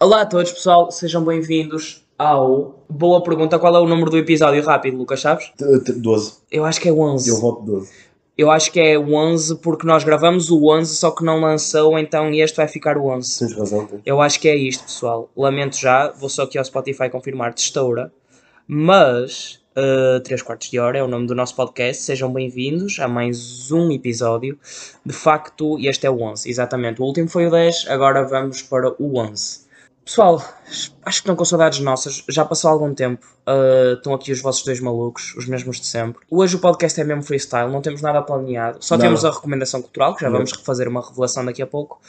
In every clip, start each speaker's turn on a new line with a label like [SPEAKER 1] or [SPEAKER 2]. [SPEAKER 1] Olá a todos, pessoal, sejam bem-vindos ao. Boa pergunta, qual é o número do episódio rápido, Lucas, sabes?
[SPEAKER 2] T- t- 12.
[SPEAKER 1] Eu acho que é o 11.
[SPEAKER 2] Eu voto 12.
[SPEAKER 1] Eu acho que é o 11 porque nós gravamos o 11, só que não lançou, então este vai ficar o 11.
[SPEAKER 2] Tens razão, tens.
[SPEAKER 1] Eu acho que é isto, pessoal. Lamento já, vou só aqui ao Spotify confirmar de estoura. Mas, 3 quartos de hora é o nome do nosso podcast. Sejam bem-vindos a mais um episódio. De facto, este é o 11, exatamente. O último foi o 10, agora vamos para o 11. Pessoal, acho que estão com saudades nossas. Já passou algum tempo. Uh, estão aqui os vossos dois malucos, os mesmos de sempre. Hoje o podcast é mesmo freestyle, não temos nada planeado. Só
[SPEAKER 2] Nada.
[SPEAKER 1] temos a recomendação cultural, que já vamos fazer uma revelação daqui a pouco.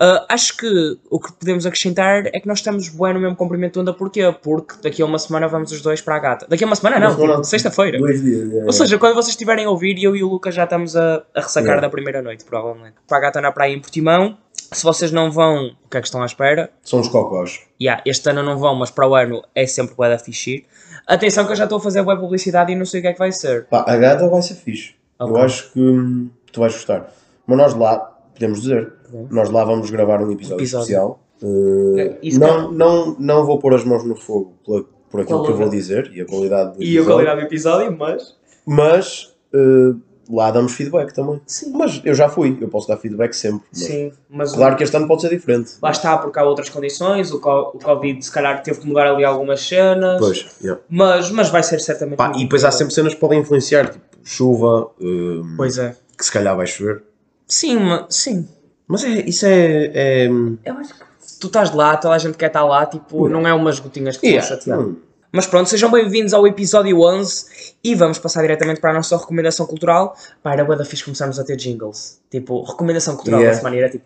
[SPEAKER 1] Uh, acho que o que podemos acrescentar é que nós estamos bem no mesmo comprimento de onda. Porquê? Porque daqui a uma semana vamos os dois para a gata. Daqui a uma semana não,
[SPEAKER 2] Uma semana.
[SPEAKER 1] sexta-feira.
[SPEAKER 2] Dois dias. é.
[SPEAKER 1] Ou seja, quando vocês estiverem a ouvir, eu e o Lucas já estamos a, a ressacar
[SPEAKER 2] Yeah.
[SPEAKER 1] da primeira noite, provavelmente. Para a gata na praia em Portimão, se vocês não vão, o que é que estão à espera?
[SPEAKER 2] São os cocós.
[SPEAKER 1] Yeah, este ano não vão, mas para o ano é sempre bué da fixe ir. Atenção que eu já estou a fazer boa publicidade e não sei o que é que vai ser.
[SPEAKER 2] Pá, a gata vai ser fixe.
[SPEAKER 1] Ok.
[SPEAKER 2] Eu acho que hum, tu vais gostar. Mas nós lá, podemos dizer,
[SPEAKER 1] Podemos.
[SPEAKER 2] nós lá vamos gravar um episódio,
[SPEAKER 1] Uhum. Episódio.
[SPEAKER 2] especial. Uh,
[SPEAKER 1] É, isso
[SPEAKER 2] não, não, não vou pôr as mãos no fogo pela- por
[SPEAKER 1] Pela
[SPEAKER 2] aquilo que eu vou
[SPEAKER 1] luta.
[SPEAKER 2] dizer e a qualidade do
[SPEAKER 1] E a
[SPEAKER 2] episódio.
[SPEAKER 1] qualidade do episódio, mas...
[SPEAKER 2] Mas uh, lá damos feedback também.
[SPEAKER 1] Sim.
[SPEAKER 2] Mas eu já fui, eu posso dar feedback sempre. mas-
[SPEAKER 1] Sim, mas
[SPEAKER 2] Claro que este ano pode ser diferente.
[SPEAKER 1] lá está, porque há outras condições, o, co- o Covid se calhar teve que mudar ali algumas cenas,
[SPEAKER 2] Pois, yeah.
[SPEAKER 1] mas, mas vai ser certamente...
[SPEAKER 2] Pá,
[SPEAKER 1] muito
[SPEAKER 2] e depois há
[SPEAKER 1] bom.
[SPEAKER 2] sempre cenas que podem influenciar, tipo chuva, hum,
[SPEAKER 1] Pois é.
[SPEAKER 2] que se calhar vai chover.
[SPEAKER 1] Sim, ma- sim.
[SPEAKER 2] Mas é, isso é. é...
[SPEAKER 1] Eu acho que tu estás lá, toda a gente quer estar lá, tipo, não é umas gotinhas que yeah.
[SPEAKER 2] Yeah.
[SPEAKER 1] estão a chatear.
[SPEAKER 2] Hum.
[SPEAKER 1] Mas pronto, sejam bem-vindos ao episódio 11 e vamos passar diretamente para a nossa recomendação cultural. Pá, era bué da fixe começarmos a ter jingles. Tipo, recomendação cultural
[SPEAKER 2] Yeah.
[SPEAKER 1] da semana e era tipo...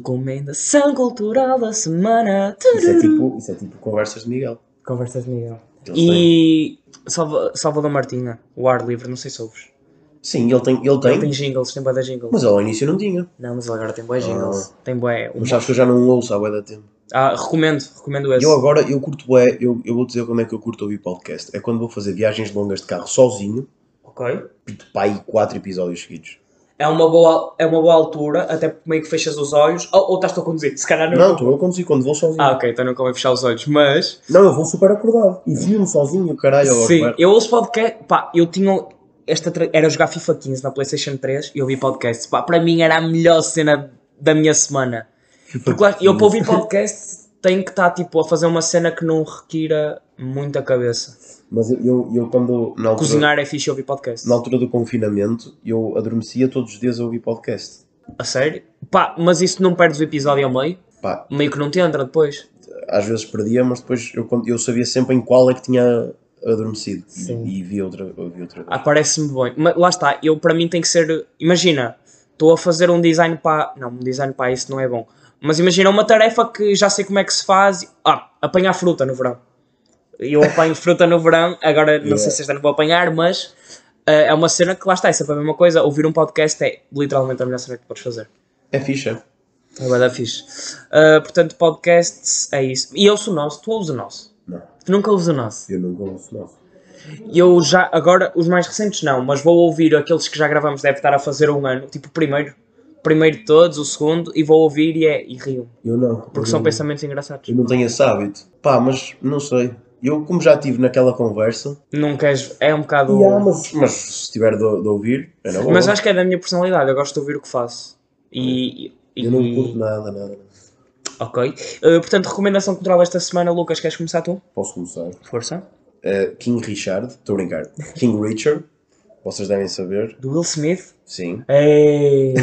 [SPEAKER 1] Recomendação cultural da semana.
[SPEAKER 2] Isso, é tipo, isso é tipo conversas de Miguel.
[SPEAKER 1] Conversas de Miguel.
[SPEAKER 2] Ele tem-
[SPEAKER 1] E Salva- Salvador Martinha, o ar livre, não sei se ouves.
[SPEAKER 2] Sim, ele tem, ele tem,
[SPEAKER 1] Ele tem jingles, tem bué da jingles.
[SPEAKER 2] mas ele ao início não tinha.
[SPEAKER 1] Não, mas ele agora tem bué jingles. Tem bué...
[SPEAKER 2] Mas sabes que eu já não ouço há bué da tempo.
[SPEAKER 1] Ah, recomendo, recomendo
[SPEAKER 2] E
[SPEAKER 1] esse.
[SPEAKER 2] Eu agora, eu curto bué, eu, eu vou dizer quando é que eu curto ouvir podcast. É quando vou fazer viagens longas de carro sozinho,
[SPEAKER 1] Ok.
[SPEAKER 2] de pá, e quatro episódios seguidos.
[SPEAKER 1] É uma boa, é uma boa altura, até porque meio que fechas os olhos. Ou, ou estás-te a conduzir, se calhar não.
[SPEAKER 2] Não, estou a conduzir quando vou sozinho.
[SPEAKER 1] Ah, ok, então não convém fechar os olhos, mas.
[SPEAKER 2] Não, eu vou super acordado. E vi-me sozinho, caralho. ao
[SPEAKER 1] Sim,
[SPEAKER 2] Alberto.
[SPEAKER 1] eu ouço podcast. Pá, eu tinha. Esta tra- era jogar FIFA 15 na PlayStation 3 e eu vi podcast. Pá, para mim era a melhor cena da minha semana. Porque lá, eu para ouvir podcast tenho que estar tipo a fazer uma cena que não requira muita cabeça.
[SPEAKER 2] Mas eu, eu, eu quando. Na altura-
[SPEAKER 1] Cozinhar é fixe ouvir podcast.
[SPEAKER 2] Na altura do confinamento, eu adormecia todos os dias a ouvir podcast.
[SPEAKER 1] A sério? Pá, mas isso não perdes o episódio ao meio?
[SPEAKER 2] Pá,
[SPEAKER 1] Meio que não te entra depois.
[SPEAKER 2] às vezes perdia, mas depois eu, con- eu sabia sempre em qual é que tinha adormecido. E-
[SPEAKER 1] Sim.
[SPEAKER 2] E, vi outra, ouvi outra vez.
[SPEAKER 1] Ah, parece-me bem. Mas lá está, eu para mim tem que ser. Imagina, estou a fazer um design para. Não, um design para isso não é bom. Mas imagina uma tarefa que já sei como é que se faz. Ah, apanhar fruta no verão. Eu apanho fruta no verão, agora não
[SPEAKER 2] Yeah.
[SPEAKER 1] sei se este ano vou apanhar, mas ah, é uma cena que lá está, é sempre a mesma coisa. Ouvir um podcast é literalmente a melhor cena que tu podes fazer.
[SPEAKER 2] É ficha.
[SPEAKER 1] É bada fixe. Ah, portanto, podcasts é isso. E eu ouço o nosso, tu ouves o nosso.
[SPEAKER 2] Não,
[SPEAKER 1] Tu nunca ouves o nosso.
[SPEAKER 2] eu nunca ouço, não.
[SPEAKER 1] Eu já, agora, os mais recentes não, mas vou ouvir aqueles que já gravamos, deve estar a fazer um ano, tipo o primeiro, o primeiro de todos, o segundo, e vou ouvir e, é, e rio,
[SPEAKER 2] Eu não.
[SPEAKER 1] porque
[SPEAKER 2] eu
[SPEAKER 1] são
[SPEAKER 2] não-
[SPEAKER 1] pensamentos engraçados.
[SPEAKER 2] Eu não tenho esse hábito. Pá, mas não sei. Eu, como já tive naquela conversa,
[SPEAKER 1] Não queres, é um bocado.
[SPEAKER 2] e há, mas, mas se tiver de, de ouvir, era bom.
[SPEAKER 1] Mas acho que é da minha personalidade, eu gosto de ouvir o que faço. E. e-
[SPEAKER 2] Eu não
[SPEAKER 1] e-
[SPEAKER 2] curto nada, nada.
[SPEAKER 1] Ok. Uh, portanto, recomendação cultural esta semana, Lucas, queres começar tu?
[SPEAKER 2] Posso começar?
[SPEAKER 1] Força.
[SPEAKER 2] Eh, King Richard, estou a brincar. King Richard, vocês devem saber.
[SPEAKER 1] Do Will Smith.
[SPEAKER 2] Sim.
[SPEAKER 1] Ei!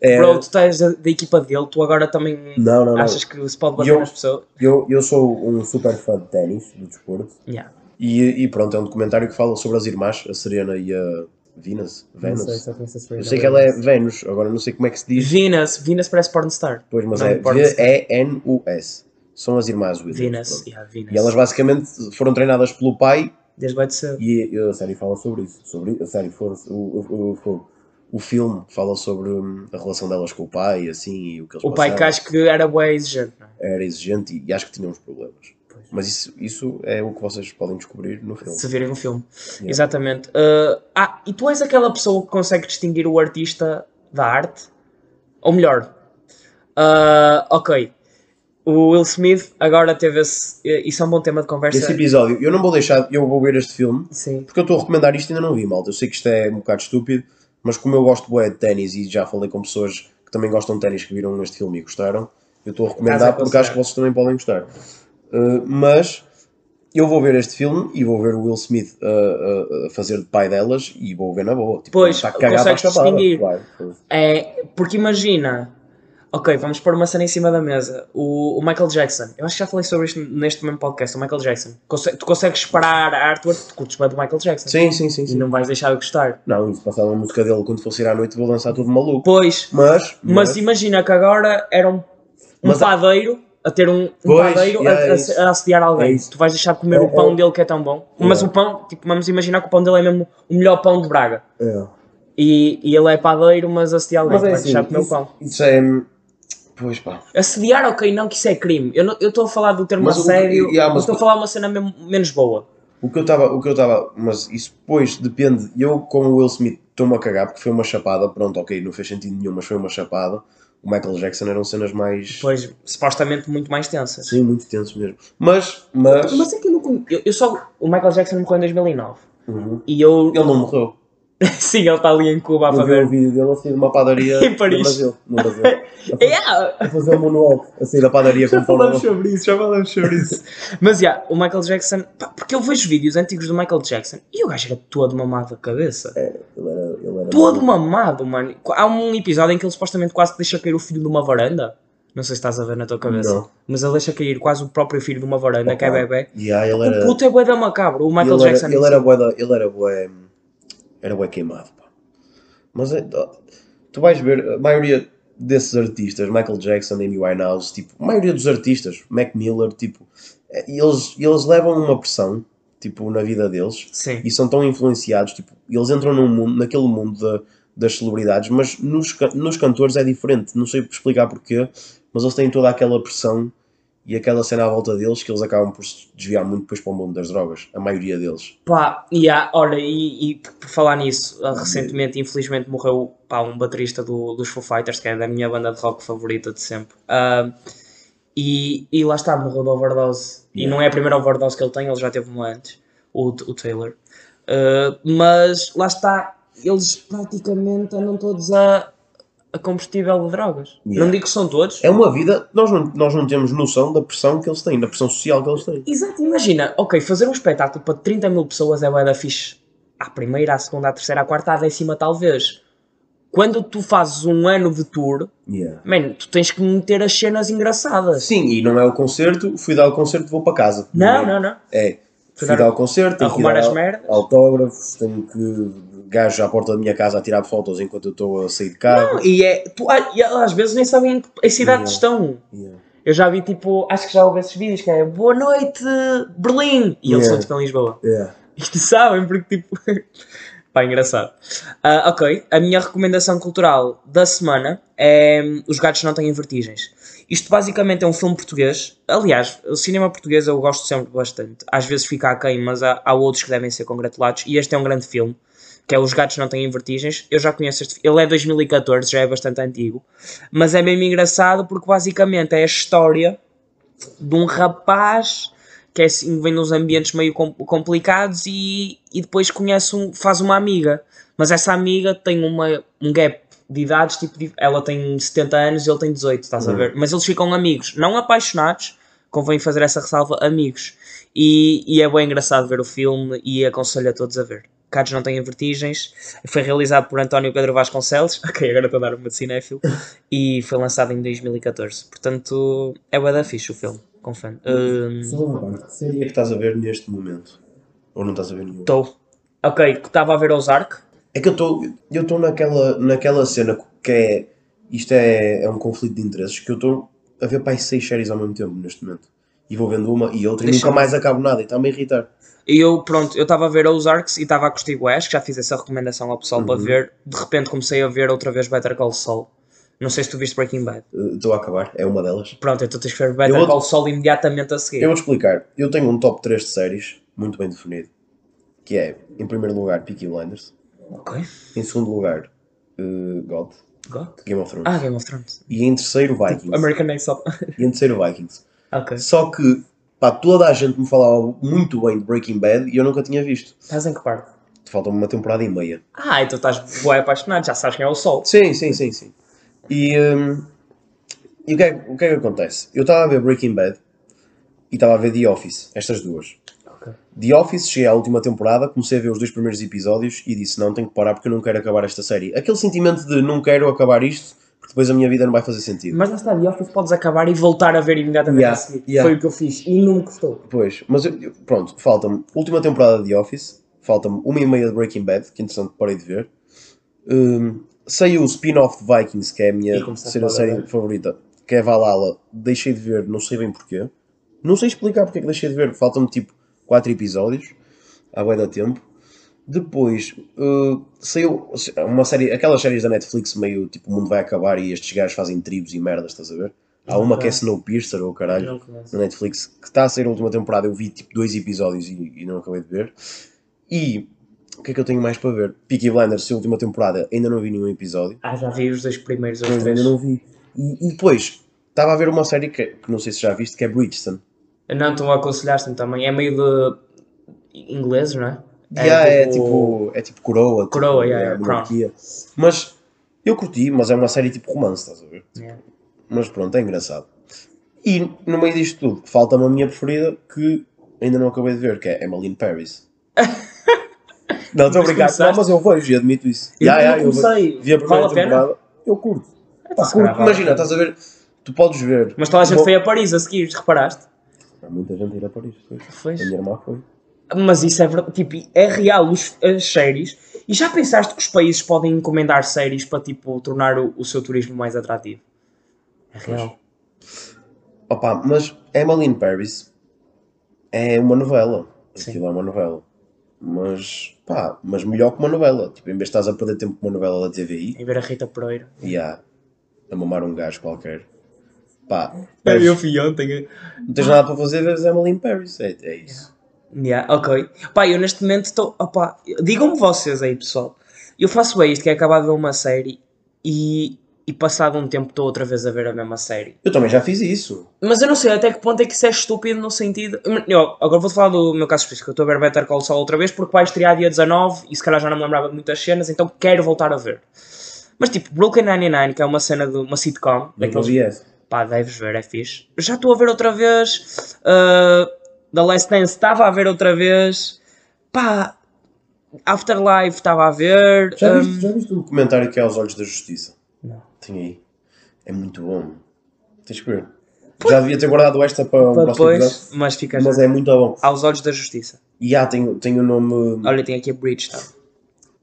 [SPEAKER 2] É-
[SPEAKER 1] Bro, tu estás da, da equipa dele, tu agora também
[SPEAKER 2] Não, não, não.
[SPEAKER 1] achas que se pode bater
[SPEAKER 2] Eu-
[SPEAKER 1] nas pessoas?
[SPEAKER 2] Eu, eu sou um super fã de ténis, do desporto,
[SPEAKER 1] Yeah.
[SPEAKER 2] e, e pronto, é um documentário que fala sobre as irmãs, a Serena e a Venus. Venus. eu sei que ela é Venus, agora não sei como é que se diz,
[SPEAKER 1] Venus, Venus parece pornstar.
[SPEAKER 2] pois, mas
[SPEAKER 1] Não
[SPEAKER 2] é
[SPEAKER 1] importa.
[SPEAKER 2] V-E-N-U-S. São as irmãs Williams.
[SPEAKER 1] Venus,
[SPEAKER 2] pronto.
[SPEAKER 1] yeah, Venus.
[SPEAKER 2] E elas basicamente foram treinadas pelo pai,
[SPEAKER 1] Desde bem de cedo.
[SPEAKER 2] e a série fala sobre isso. Sobre, a série, for, o, o, o, o filme fala sobre hum, a relação delas com o pai, assim, e o que eles
[SPEAKER 1] O pai que
[SPEAKER 2] passaram.
[SPEAKER 1] acho que era bué exigente. não é?
[SPEAKER 2] Era exigente e, e acho que tinha uns problemas. Mas isso, isso é o que vocês podem descobrir no filme.
[SPEAKER 1] Se virem um filme.
[SPEAKER 2] Yeah.
[SPEAKER 1] Exatamente. Uh, ah, e tu és aquela pessoa que consegue distinguir o artista da arte? Ou melhor, uh, ok. o Will Smith agora teve esse. Isso é um bom tema de conversa.
[SPEAKER 2] Esse episódio, eu não vou deixar, eu vou ver este filme,
[SPEAKER 1] Sim.
[SPEAKER 2] porque eu estou a recomendar isto e ainda não vi, malta. Eu sei que isto é um bocado estúpido, mas como eu gosto bué de ténis e já falei com pessoas que também gostam de ténis que viram este filme e gostaram, eu estou a recomendar
[SPEAKER 1] Caso é
[SPEAKER 2] porque acho que
[SPEAKER 1] considerar.
[SPEAKER 2] vocês também podem gostar. Uh, mas eu vou ver este filme e vou ver o Will Smith uh, uh, a fazer de pai delas e vou ver na boa. Tipo,
[SPEAKER 1] Pois,
[SPEAKER 2] está cagado à
[SPEAKER 1] consegues
[SPEAKER 2] chapada,
[SPEAKER 1] distinguir.
[SPEAKER 2] claro.
[SPEAKER 1] É, porque imagina. Ok, vamos pôr uma cena em cima da mesa. O, o Michael Jackson. Eu acho que já falei sobre isto neste mesmo podcast. O Michael Jackson. Conse- tu consegues separar a artwork, tu curtes bem do Michael Jackson.
[SPEAKER 2] Sim, sim, sim.
[SPEAKER 1] E
[SPEAKER 2] sim.
[SPEAKER 1] não vais deixar de gostar.
[SPEAKER 2] Não, e se passar uma música dele quando for sair à noite vou lançar tudo maluco.
[SPEAKER 1] Pois,
[SPEAKER 2] Mas,
[SPEAKER 1] mas, imagina que agora era um, um
[SPEAKER 2] Mas a-
[SPEAKER 1] padeiro a ter um, um
[SPEAKER 2] Pois,
[SPEAKER 1] padeiro
[SPEAKER 2] yeah,
[SPEAKER 1] a-
[SPEAKER 2] é
[SPEAKER 1] a,
[SPEAKER 2] isso.
[SPEAKER 1] a assediar
[SPEAKER 2] É
[SPEAKER 1] alguém.
[SPEAKER 2] isso.
[SPEAKER 1] tu vais deixar de comer
[SPEAKER 2] É-
[SPEAKER 1] o pão
[SPEAKER 2] é-
[SPEAKER 1] dele que é tão bom. Mas
[SPEAKER 2] Yeah.
[SPEAKER 1] o pão, tipo, vamos imaginar que o pão dele é mesmo o melhor pão de Braga.
[SPEAKER 2] é.
[SPEAKER 1] E, e ele é padeiro, mas assedia alguém.
[SPEAKER 2] Mas é
[SPEAKER 1] vai
[SPEAKER 2] assim,
[SPEAKER 1] deixar de comer o
[SPEAKER 2] isso,
[SPEAKER 1] pão.
[SPEAKER 2] isso é. Pois pá.
[SPEAKER 1] Assediar, ok, não, que isso é crime. Eu não- eu estou a falar do termo
[SPEAKER 2] Mas
[SPEAKER 1] a
[SPEAKER 2] o-
[SPEAKER 1] sério,
[SPEAKER 2] e- e há
[SPEAKER 1] eu
[SPEAKER 2] umas
[SPEAKER 1] estou a falar uma cena mesmo- menos boa.
[SPEAKER 2] O que eu estava. O que eu estava. Mas isso depois depende. Eu, como o Will Smith, estou-me a cagar porque foi uma chapada. Pronto, ok, não fez sentido nenhum, mas foi uma chapada. O Michael Jackson eram cenas mais.
[SPEAKER 1] Pois, supostamente muito mais tensa.
[SPEAKER 2] Sim, muito tenso mesmo. Mas. Mas.
[SPEAKER 1] Mas é que eu não conhe- eu, eu só. O Michael Jackson morreu em 2009.
[SPEAKER 2] Uhum.
[SPEAKER 1] E eu.
[SPEAKER 2] Ele não morreu.
[SPEAKER 1] Sim, ele está ali em Cuba a
[SPEAKER 2] Eu vi o
[SPEAKER 1] fazer.
[SPEAKER 2] vídeo dele a sair de uma padaria.
[SPEAKER 1] Em Paris.
[SPEAKER 2] No Brasil. No Brasil. A fazer-
[SPEAKER 1] Yeah,
[SPEAKER 2] A fazer um moonwalk. A sair da padaria com
[SPEAKER 1] já
[SPEAKER 2] o pão na
[SPEAKER 1] falamos
[SPEAKER 2] mão.
[SPEAKER 1] sobre isso, já falamos sobre isso. Mas yeah, o Michael Jackson. pá, porque eu vejo vídeos antigos do Michael Jackson e o gajo era todo mamado da cabeça.
[SPEAKER 2] Ele era. Ele era
[SPEAKER 1] Todo mamado, mano. Há um episódio em que ele supostamente quase deixa cair o filho de uma varanda. Não sei se estás a ver na tua cabeça.
[SPEAKER 2] Não.
[SPEAKER 1] Mas ele deixa cair quase o próprio filho de uma varanda, que é
[SPEAKER 2] Opa.
[SPEAKER 1] bebê.
[SPEAKER 2] E aí ele
[SPEAKER 1] O
[SPEAKER 2] era.
[SPEAKER 1] puto é bué da macabro. O Michael
[SPEAKER 2] ele
[SPEAKER 1] Jackson.
[SPEAKER 2] Era, ele era bué, da- ele era bué, era bué queimado, pá. Mas é- tu vais ver, a maioria desses artistas, Michael Jackson, Amy Winehouse, tipo, a maioria dos artistas, Mac Miller, tipo, é, eles, eles levam uma pressão, tipo, na vida deles
[SPEAKER 1] Sim.
[SPEAKER 2] e são tão influenciados, tipo, eles entram num mundo, naquele mundo da- das celebridades, mas nos, ca- nos cantores é diferente, não sei explicar porquê, mas eles têm toda aquela pressão e aquela cena à volta deles que eles acabam por se desviar muito depois para o mundo das drogas, a maioria deles.
[SPEAKER 1] Pá, e há, olha, e, e por falar nisso, ah, recentemente, infelizmente, morreu pá, um baterista do, dos Foo Fighters, que é da minha banda de rock favorita de sempre. Ah, e, e lá está, morreu de overdose. E
[SPEAKER 2] Yeah.
[SPEAKER 1] não é a primeira overdose que ele tem, ele já teve uma antes, o, o Taylor. Ah, mas lá está, eles praticamente andam todos a, a combustível de drogas.
[SPEAKER 2] Yeah.
[SPEAKER 1] Não digo que são todos.
[SPEAKER 2] É uma vida, nós não, nós não temos noção da pressão que eles têm, da pressão social que eles têm.
[SPEAKER 1] Exato, imagina, ok, fazer um espetáculo para 30 mil pessoas é bué da fixe à primeira, à segunda, à terceira, à quarta, à décima talvez. Quando tu fazes um ano de tour, man, tu tens que meter as cenas engraçadas.
[SPEAKER 2] Sim, e não é o concerto, fui dar o concerto, vou para casa.
[SPEAKER 1] Não, não, não.
[SPEAKER 2] É,
[SPEAKER 1] Fui
[SPEAKER 2] fui
[SPEAKER 1] dar-
[SPEAKER 2] dar o concerto, tenho que
[SPEAKER 1] arrumar
[SPEAKER 2] dar
[SPEAKER 1] as merdas.
[SPEAKER 2] autógrafos, tenho que gajos à porta da minha casa a tirar fotos enquanto eu estou a sair de carro.
[SPEAKER 1] Não, E é, tu, ah, e às vezes nem sabem em que em cidade
[SPEAKER 2] Não.
[SPEAKER 1] estão.
[SPEAKER 2] Yeah.
[SPEAKER 1] Eu já vi tipo, acho que já houve esses vídeos que é Boa noite, Berlim! E eles
[SPEAKER 2] Yeah.
[SPEAKER 1] todos estão em Lisboa.
[SPEAKER 2] Yeah.
[SPEAKER 1] Isto sabem, porque tipo. Pá, engraçado. Ah, ok, a minha recomendação cultural da semana é hum, Os Gatos Não Têm Vertigens. Isto basicamente é um filme português. Aliás, o cinema português eu gosto sempre bastante. Às vezes fica aquém, mas há, há outros que devem ser congratulados. E este é um grande filme, que é Os Gatos Não Têm Vertigens. Eu já conheço este filme. Ele é 2014, já é bastante antigo. Mas é mesmo engraçado porque basicamente é a história de um rapaz que é assim, vem nos ambientes meio com- complicados e, e depois conhece um, faz uma amiga. Mas essa amiga tem uma, um gap de idades, tipo, de- ela tem 70 anos e ele tem 18, estás a
[SPEAKER 2] Uhum.
[SPEAKER 1] ver? Mas eles ficam amigos, não apaixonados, convém fazer essa ressalva, amigos. E, e é bem engraçado ver o filme e aconselho a todos a ver. Cados não têm vertigens. Foi realizado por António Pedro Vasconcelos. Ok, agora estou a dar uma de cinéfilo. e foi lançado em 2014. Portanto, é bué da fixe o filme. Hum, Confere.
[SPEAKER 2] Só uma parte, que série é que estás a ver neste momento? Ou não estás a ver nenhuma?
[SPEAKER 1] Estou. Ok, estava a ver Ozark.
[SPEAKER 2] É que eu estou eu estou naquela, naquela cena que é. Isto é, é um conflito de interesses que eu estou a ver para aí seis séries ao mesmo tempo neste momento. E vou vendo uma e outra e
[SPEAKER 1] Deixa-me-
[SPEAKER 2] nunca mais acabo nada e está-me a irritar.
[SPEAKER 1] E eu, pronto, eu estava a ver Ozarks e estava a curtir West, que já fiz essa recomendação ao pessoal para
[SPEAKER 2] Uhum.
[SPEAKER 1] ver. De repente comecei a ver outra vez Better Call Saul. Não sei se tu viste Breaking Bad.
[SPEAKER 2] Uh, Estou a acabar, é uma delas.
[SPEAKER 1] Pronto, então tens que ver Better
[SPEAKER 2] Eu vou-
[SPEAKER 1] Call Saul imediatamente a seguir.
[SPEAKER 2] Eu vou te explicar. Eu tenho um top 3 de séries muito bem definido. Que é, em primeiro lugar, Peaky Blinders.
[SPEAKER 1] Ok.
[SPEAKER 2] Em segundo lugar, uh, God.
[SPEAKER 1] God?
[SPEAKER 2] Game of Thrones.
[SPEAKER 1] Ah, Game of Thrones.
[SPEAKER 2] E em terceiro, Vikings.
[SPEAKER 1] American Next Top.
[SPEAKER 2] E em terceiro, Vikings.
[SPEAKER 1] ok.
[SPEAKER 2] Só que, pá, toda a gente me falava muito bem de Breaking Bad e eu nunca tinha visto.
[SPEAKER 1] Estás em que parte?
[SPEAKER 2] Falta-me uma temporada e meia.
[SPEAKER 1] Ah, então estás bué apaixonado, já sabes quem é o Sol.
[SPEAKER 2] Sim, sim, sim, sim. E, hum, e o, que é, o que é que acontece? Eu estava a ver Breaking Bad e estava a ver The Office, estas duas.
[SPEAKER 1] Ok.
[SPEAKER 2] The Office, cheguei à última temporada, comecei a ver os dois primeiros episódios e disse: Não, tenho que parar porque eu não quero acabar esta série. Aquele sentimento de não quero acabar isto porque depois a minha vida não vai fazer sentido.
[SPEAKER 1] Mas lá está, The Office podes acabar e voltar a ver imediatamente
[SPEAKER 2] Yeah,
[SPEAKER 1] a seguir.
[SPEAKER 2] yeah.
[SPEAKER 1] Foi o que eu fiz e não me custou.
[SPEAKER 2] Pois, mas eu- eu- pronto, falta-me última temporada de The Office, falta-me uma e meia de Breaking Bad, que entretanto parei de ver. Hum, saiu o spin-off de Vikings, que é a minha
[SPEAKER 1] E começaste
[SPEAKER 2] terceira
[SPEAKER 1] logo a
[SPEAKER 2] série
[SPEAKER 1] ver.
[SPEAKER 2] favorita, que é Valhalla. Deixei de ver, não sei bem porquê. Não sei explicar porque é que deixei de ver, faltam-me tipo 4 episódios, à bué da tempo. Depois uh, saiu uma série, aquelas séries da Netflix meio tipo o mundo vai acabar e estes gajos fazem tribos e merdas, estás a ver? Há uma que
[SPEAKER 1] Ok.
[SPEAKER 2] é Snowpiercer ou caralho
[SPEAKER 1] Não conheço.
[SPEAKER 2] na Netflix, que está a sair a última temporada. Eu vi tipo dois episódios e, e não acabei de ver. E o que é que eu tenho mais para ver? Peaky Blinders, a última temporada, ainda não vi nenhum episódio.
[SPEAKER 1] Ah, já vi os dois primeiros, os
[SPEAKER 2] Mas
[SPEAKER 1] três.
[SPEAKER 2] ainda não vi. E, e depois, estava a ver uma série que, que não sei se já viste, que é Bridgestone.
[SPEAKER 1] Não, tu me aconselhaste-me também. É meio de inglês, não é?
[SPEAKER 2] Yeah, é, tipo, é tipo coroa.
[SPEAKER 1] Coroa,
[SPEAKER 2] tipo,
[SPEAKER 1] yeah,
[SPEAKER 2] é,
[SPEAKER 1] yeah,
[SPEAKER 2] monarquia. Mas eu curti, mas é uma série tipo romance, estás a ver?
[SPEAKER 1] Yeah.
[SPEAKER 2] Mas pronto, é engraçado. E no meio disto tudo, falta-me a minha preferida que ainda não acabei de ver, que é Emily in Paris. não, estou a
[SPEAKER 1] Mas
[SPEAKER 2] brincar.
[SPEAKER 1] começaste-
[SPEAKER 2] Não, mas eu vejo e admito isso.
[SPEAKER 1] Eu
[SPEAKER 2] Já,
[SPEAKER 1] não
[SPEAKER 2] já, eu vejo.
[SPEAKER 1] comecei.
[SPEAKER 2] Vi a primeira
[SPEAKER 1] Vale a pena?
[SPEAKER 2] temporada, eu curto.
[SPEAKER 1] É,
[SPEAKER 2] Pá,
[SPEAKER 1] se
[SPEAKER 2] curto.
[SPEAKER 1] calhar vale a
[SPEAKER 2] Imagina,
[SPEAKER 1] pena.
[SPEAKER 2] estás a ver, tu podes ver.
[SPEAKER 1] Mas toda a gente
[SPEAKER 2] Bom,
[SPEAKER 1] foi a Paris a seguir, reparaste?
[SPEAKER 2] Há muita gente a ir a Paris. Pois.
[SPEAKER 1] Pois.
[SPEAKER 2] A minha irmã foi.
[SPEAKER 1] Mas isso é verdade, tipo, é real os, as séries. E já pensaste que os países podem encomendar séries para tipo tornar o, o seu turismo mais atrativo? É real.
[SPEAKER 2] Opa, mas Emily in Paris é uma novela.
[SPEAKER 1] Sim.
[SPEAKER 2] Aquilo é uma novela. Mas, pá, mas melhor que uma novela. Tipo, em vez de estás a perder tempo com uma novela da TVI,
[SPEAKER 1] Em ver a Rita Pereira.
[SPEAKER 2] e há a mamar um gajo qualquer. Pá,
[SPEAKER 1] É, Eu
[SPEAKER 2] mas
[SPEAKER 1] fui ontem.
[SPEAKER 2] não tens nada para fazer, vês Emily in Paris. É, é isso.
[SPEAKER 1] Yeah, ok. Pá, eu neste momento estou. opá, Digam-me vocês aí, pessoal. Eu faço bem isto, que é acabar de ver uma série e, e passado um tempo estou outra vez a ver a mesma série.
[SPEAKER 2] Eu também já fiz isso.
[SPEAKER 1] Mas eu não sei até que ponto é que isso é estúpido no sentido. hum, Eu, agora vou-te falar do meu caso específico. Eu estou a ver Better Call Saul outra vez porque vai estrear dia 19 e se calhar já não me lembrava de muitas cenas, então quero voltar a ver. Mas tipo, Brooklyn 99, que é uma cena de uma sitcom,
[SPEAKER 2] Nunca
[SPEAKER 1] daqueles
[SPEAKER 2] vi essa.
[SPEAKER 1] Pá, deves ver, é fixe. Já estou a ver outra vez. ah, The Last Dance estava a ver outra vez. Pá, Afterlife estava a ver.
[SPEAKER 2] Já
[SPEAKER 1] ah,
[SPEAKER 2] viste, já viste um documentário que é Aos Olhos da Justiça?
[SPEAKER 1] Não.
[SPEAKER 2] Tem aí. É muito bom. Tens que ver. Já devia ter guardado esta para o
[SPEAKER 1] pá,
[SPEAKER 2] próximo episódio.
[SPEAKER 1] pois, um, mas fica
[SPEAKER 2] Mas é muito bom.
[SPEAKER 1] aos olhos da justiça.
[SPEAKER 2] E há, tem, tem o nome.
[SPEAKER 1] Olha, tem aqui a tá? Bridgestone.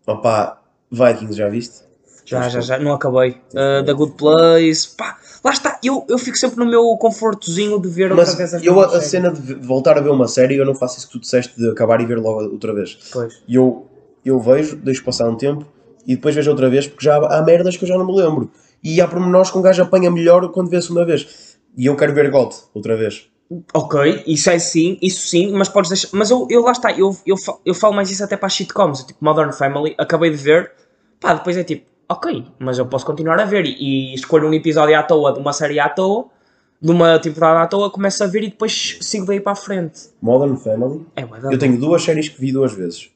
[SPEAKER 2] Opa, Vikings, já viste?
[SPEAKER 1] Já,
[SPEAKER 2] Tens
[SPEAKER 1] já,
[SPEAKER 2] que-
[SPEAKER 1] já, não acabei.
[SPEAKER 2] ver.
[SPEAKER 1] Ah, da Good Place. Pá, lá está. Eu, eu fico sempre no meu confortozinho de ver outra vez
[SPEAKER 2] Mas eu, a,
[SPEAKER 1] mesmas
[SPEAKER 2] a
[SPEAKER 1] séries.
[SPEAKER 2] cena de v- voltar a ver uma série, eu não faço isso que tu disseste de acabar e ver logo outra vez.
[SPEAKER 1] Pois.
[SPEAKER 2] E eu, eu vejo, deixo passar um tempo e depois vejo outra vez porque já há há merdas que eu já não me lembro. E há pormenores que um gajo apanha melhor quando vê a segunda vez. E eu quero ver God outra vez.
[SPEAKER 1] Ok, isso é sim, isso sim, mas podes deixar. Mas eu, eu lá está, eu, eu, fa- eu falo mais isso até para as sitcoms, eu, tipo Modern Family, acabei de ver, pá, depois é tipo, ok, mas eu posso continuar a ver e, e escolho um episódio à toa de uma série à toa, de uma temporada à toa, começo a ver e depois sigo daí para a frente.
[SPEAKER 2] Modern Family.
[SPEAKER 1] É, ué, dá-
[SPEAKER 2] Eu tenho duas séries que vi duas vezes.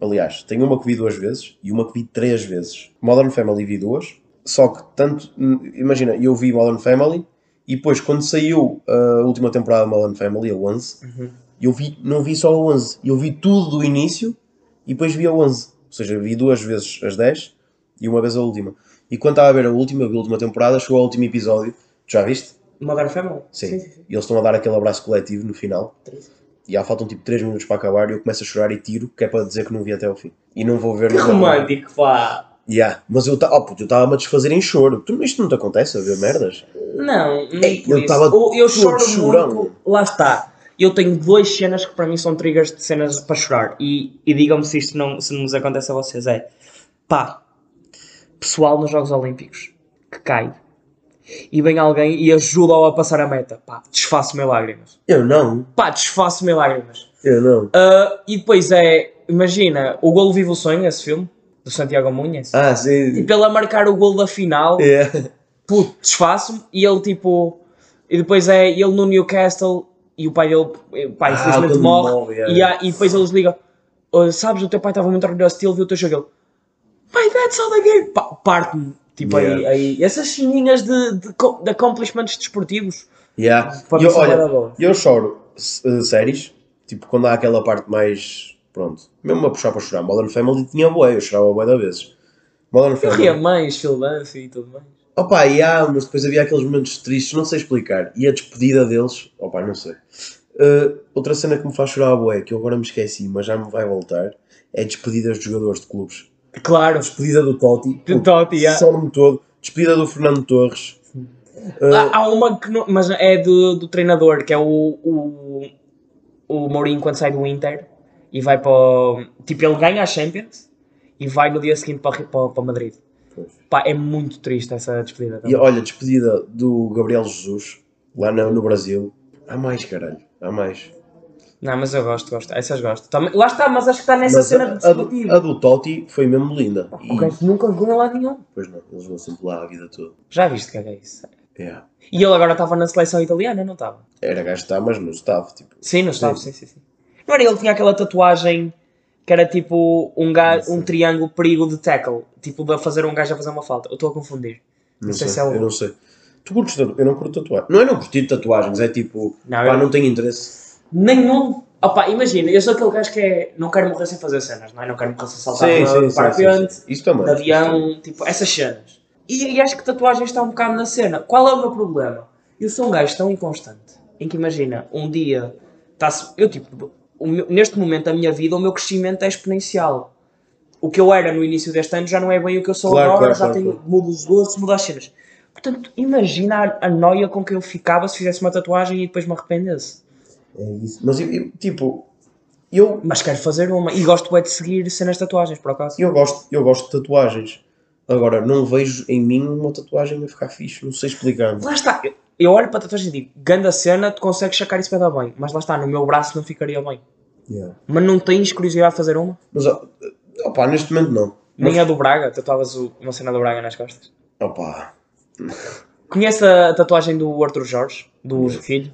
[SPEAKER 2] Aliás, tenho uma que vi duas vezes e uma que vi três vezes. Modern Family vi duas. Só que tanto. hum, Imagina, eu vi Modern Family e depois quando saiu a última temporada de Modern Family, a 11,
[SPEAKER 1] Uhum.
[SPEAKER 2] eu vi, não vi só a 11. Eu vi tudo do início e depois vi a 11. Ou seja, vi duas vezes as 10 e uma vez a última. E quando estava a ver a última, eu vi a última temporada, chegou ao último episódio. Tu já viste?
[SPEAKER 1] Modern Family?
[SPEAKER 2] Sim. E eles estão a dar aquele abraço coletivo no final.
[SPEAKER 1] Triste.
[SPEAKER 2] E há faltam tipo 3 minutos para acabar e eu começo a chorar e tiro, que é para dizer que não vi até ao fim. E não vou ver
[SPEAKER 1] Que
[SPEAKER 2] nunca mais.
[SPEAKER 1] romântico, pá!
[SPEAKER 2] Yeah. Mas eu ta- oh, puto, eu estava-me a desfazer em choro. Tu, isto não te acontece a ver merdas?
[SPEAKER 1] Não,
[SPEAKER 2] Ei,
[SPEAKER 1] nem por
[SPEAKER 2] É, eu
[SPEAKER 1] isso.
[SPEAKER 2] tava
[SPEAKER 1] eu, eu
[SPEAKER 2] todo
[SPEAKER 1] choro
[SPEAKER 2] chorão.
[SPEAKER 1] muito. Lá está. Eu tenho duas cenas que para mim são triggers de cenas para chorar. E, e digam-me se isto não, se não nos acontece a vocês. É pá, pessoal nos Jogos Olímpicos que cai e vem alguém e ajuda-o a passar a meta. Pá, desfaço-me em lágrimas.
[SPEAKER 2] Eu não.
[SPEAKER 1] Pá, desfaço-me em lágrimas.
[SPEAKER 2] Eu não.
[SPEAKER 1] Ah, e depois é, imagina, o Golo Vivo o Sonho, esse filme, do Santiago Munhas.
[SPEAKER 2] Ah, sim.
[SPEAKER 1] Tipo, ele a marcar o gol da final,
[SPEAKER 2] É.
[SPEAKER 1] puto, desfaço-me, e ele tipo. E depois é ele no Newcastle, e o pai dele, o pai
[SPEAKER 2] Ah,
[SPEAKER 1] infelizmente
[SPEAKER 2] quando
[SPEAKER 1] morre,
[SPEAKER 2] morre, é.
[SPEAKER 1] e, há- e depois eles ligam: "Oh, Sabes, o teu pai estava muito orgulhoso de ti, ele viu o teu jogo. Ele, My dad's all the game! Pa- Parte-me. Tipo,
[SPEAKER 2] Yeah.
[SPEAKER 1] aí, aí. Essas sininhas de, de, co- de accomplishments desportivos.
[SPEAKER 2] Yeah.
[SPEAKER 1] Para
[SPEAKER 2] E eu,
[SPEAKER 1] mim, são
[SPEAKER 2] olha,
[SPEAKER 1] bué da boa.
[SPEAKER 2] eu choro s- eh, séries, tipo, quando há aquela parte mais. Pronto, mesmo a puxar para chorar. Modern Family tinha boé, eu chorava boé da vezes. Modern
[SPEAKER 1] Eu ria
[SPEAKER 2] Family.
[SPEAKER 1] mais, Phil Dunphy e tudo mais.
[SPEAKER 2] Opa, e há, mas depois havia aqueles momentos tristes, não sei explicar. E a despedida deles, opa, não sei. Eh, outra cena que me faz chorar boé, que eu agora me esqueci, mas já me vai voltar, é despedidas de jogadores de clubes.
[SPEAKER 1] Claro.
[SPEAKER 2] Despedida do Totti.
[SPEAKER 1] De Totti, yeah.
[SPEAKER 2] Só-me todo. Despedida do Fernando Torres. Eh,
[SPEAKER 1] Há, Ah, há uma que não, mas é do, do treinador, que é o, o, o Mourinho quando sai do Inter e vai para. o- Tipo, ele ganha a Champions e vai no dia seguinte para, para, para Madrid.
[SPEAKER 2] Pois.
[SPEAKER 1] Pá, é muito triste essa despedida.
[SPEAKER 2] E
[SPEAKER 1] também.
[SPEAKER 2] olha, despedida do Gabriel Jesus, lá no, no Brasil. Há mais, caralho. Há mais.
[SPEAKER 1] Não, mas eu gosto, gosto. Essas gosto. Também- lá está, mas acho que está nessa
[SPEAKER 2] Mas
[SPEAKER 1] cena
[SPEAKER 2] a,
[SPEAKER 1] de
[SPEAKER 2] a do,
[SPEAKER 1] desportivo.
[SPEAKER 2] a do Totti foi mesmo linda. E
[SPEAKER 1] O gajo nunca jogou em lado nenhum.
[SPEAKER 2] depois não, eles vão sempre lá a vida toda.
[SPEAKER 1] Já viste que é isso?
[SPEAKER 2] É.
[SPEAKER 1] E ele agora estava na seleção italiana, não estava?
[SPEAKER 2] Era gajo que tá, mas não estava. Tipo,
[SPEAKER 1] Sim, não estava,
[SPEAKER 2] Sim.
[SPEAKER 1] sim, sim, sim. Não era ele que tinha aquela tatuagem que era tipo um, ga... um triângulo perigo de tackle, tipo de fazer um gajo a fazer uma falta. Eu estou a confundir.
[SPEAKER 2] não,
[SPEAKER 1] Não
[SPEAKER 2] sei,
[SPEAKER 1] sei se é o-
[SPEAKER 2] eu não sei. Tu curtes tatuagens? Eu não curto tatuagens. Não é não curtir tatuagens, é tipo,
[SPEAKER 1] Não,
[SPEAKER 2] pá,
[SPEAKER 1] eu-
[SPEAKER 2] não tenho interesse.
[SPEAKER 1] Nenhum. Opa, imagina, eu sou aquele gajo que é. Não quero morrer sem fazer cenas, não é? Não quero morrer sem saltar
[SPEAKER 2] Sim,
[SPEAKER 1] de
[SPEAKER 2] sim, sim,
[SPEAKER 1] parapente,
[SPEAKER 2] sim, é sim. Isso também.
[SPEAKER 1] de avião, tipo, essas cenas. E, e acho que tatuagem está um bocado na cena. Qual é o meu problema? Eu sou um gajo tão inconstante em que imagina, um dia está-se. Eu tipo, o meu- neste momento da minha vida, o meu crescimento é exponencial. O que eu era no início deste ano já não é bem o que eu sou
[SPEAKER 2] Claro,
[SPEAKER 1] agora,
[SPEAKER 2] claro,
[SPEAKER 1] já
[SPEAKER 2] claro,
[SPEAKER 1] tenho,
[SPEAKER 2] claro.
[SPEAKER 1] mudo os gostos, mudo as cenas. Portanto, imagina a, a noia com que eu ficava se fizesse uma tatuagem e depois me arrependesse.
[SPEAKER 2] É isso. Mas, eu- eu, tipo, eu
[SPEAKER 1] Mas quero fazer uma. E gosto é de seguir cenas de tatuagens, por acaso.
[SPEAKER 2] Eu gosto, eu gosto de tatuagens. Agora, não vejo em mim uma tatuagem a ficar fixe. Não sei explicar.
[SPEAKER 1] Lá está. Eu- Eu olho para a tatuagem e digo, ganda cena, tu consegues sacar isso para dar bem. Mas lá está, no meu braço não ficaria bem. Mas não tens curiosidade de fazer uma?
[SPEAKER 2] Mas, ó, opá, neste momento não. Mas,
[SPEAKER 1] Nem a do Braga, tatuavas o- uma cena do Braga nas costas.
[SPEAKER 2] opá.
[SPEAKER 1] Conhece a tatuagem do Arthur Jorge, do filho?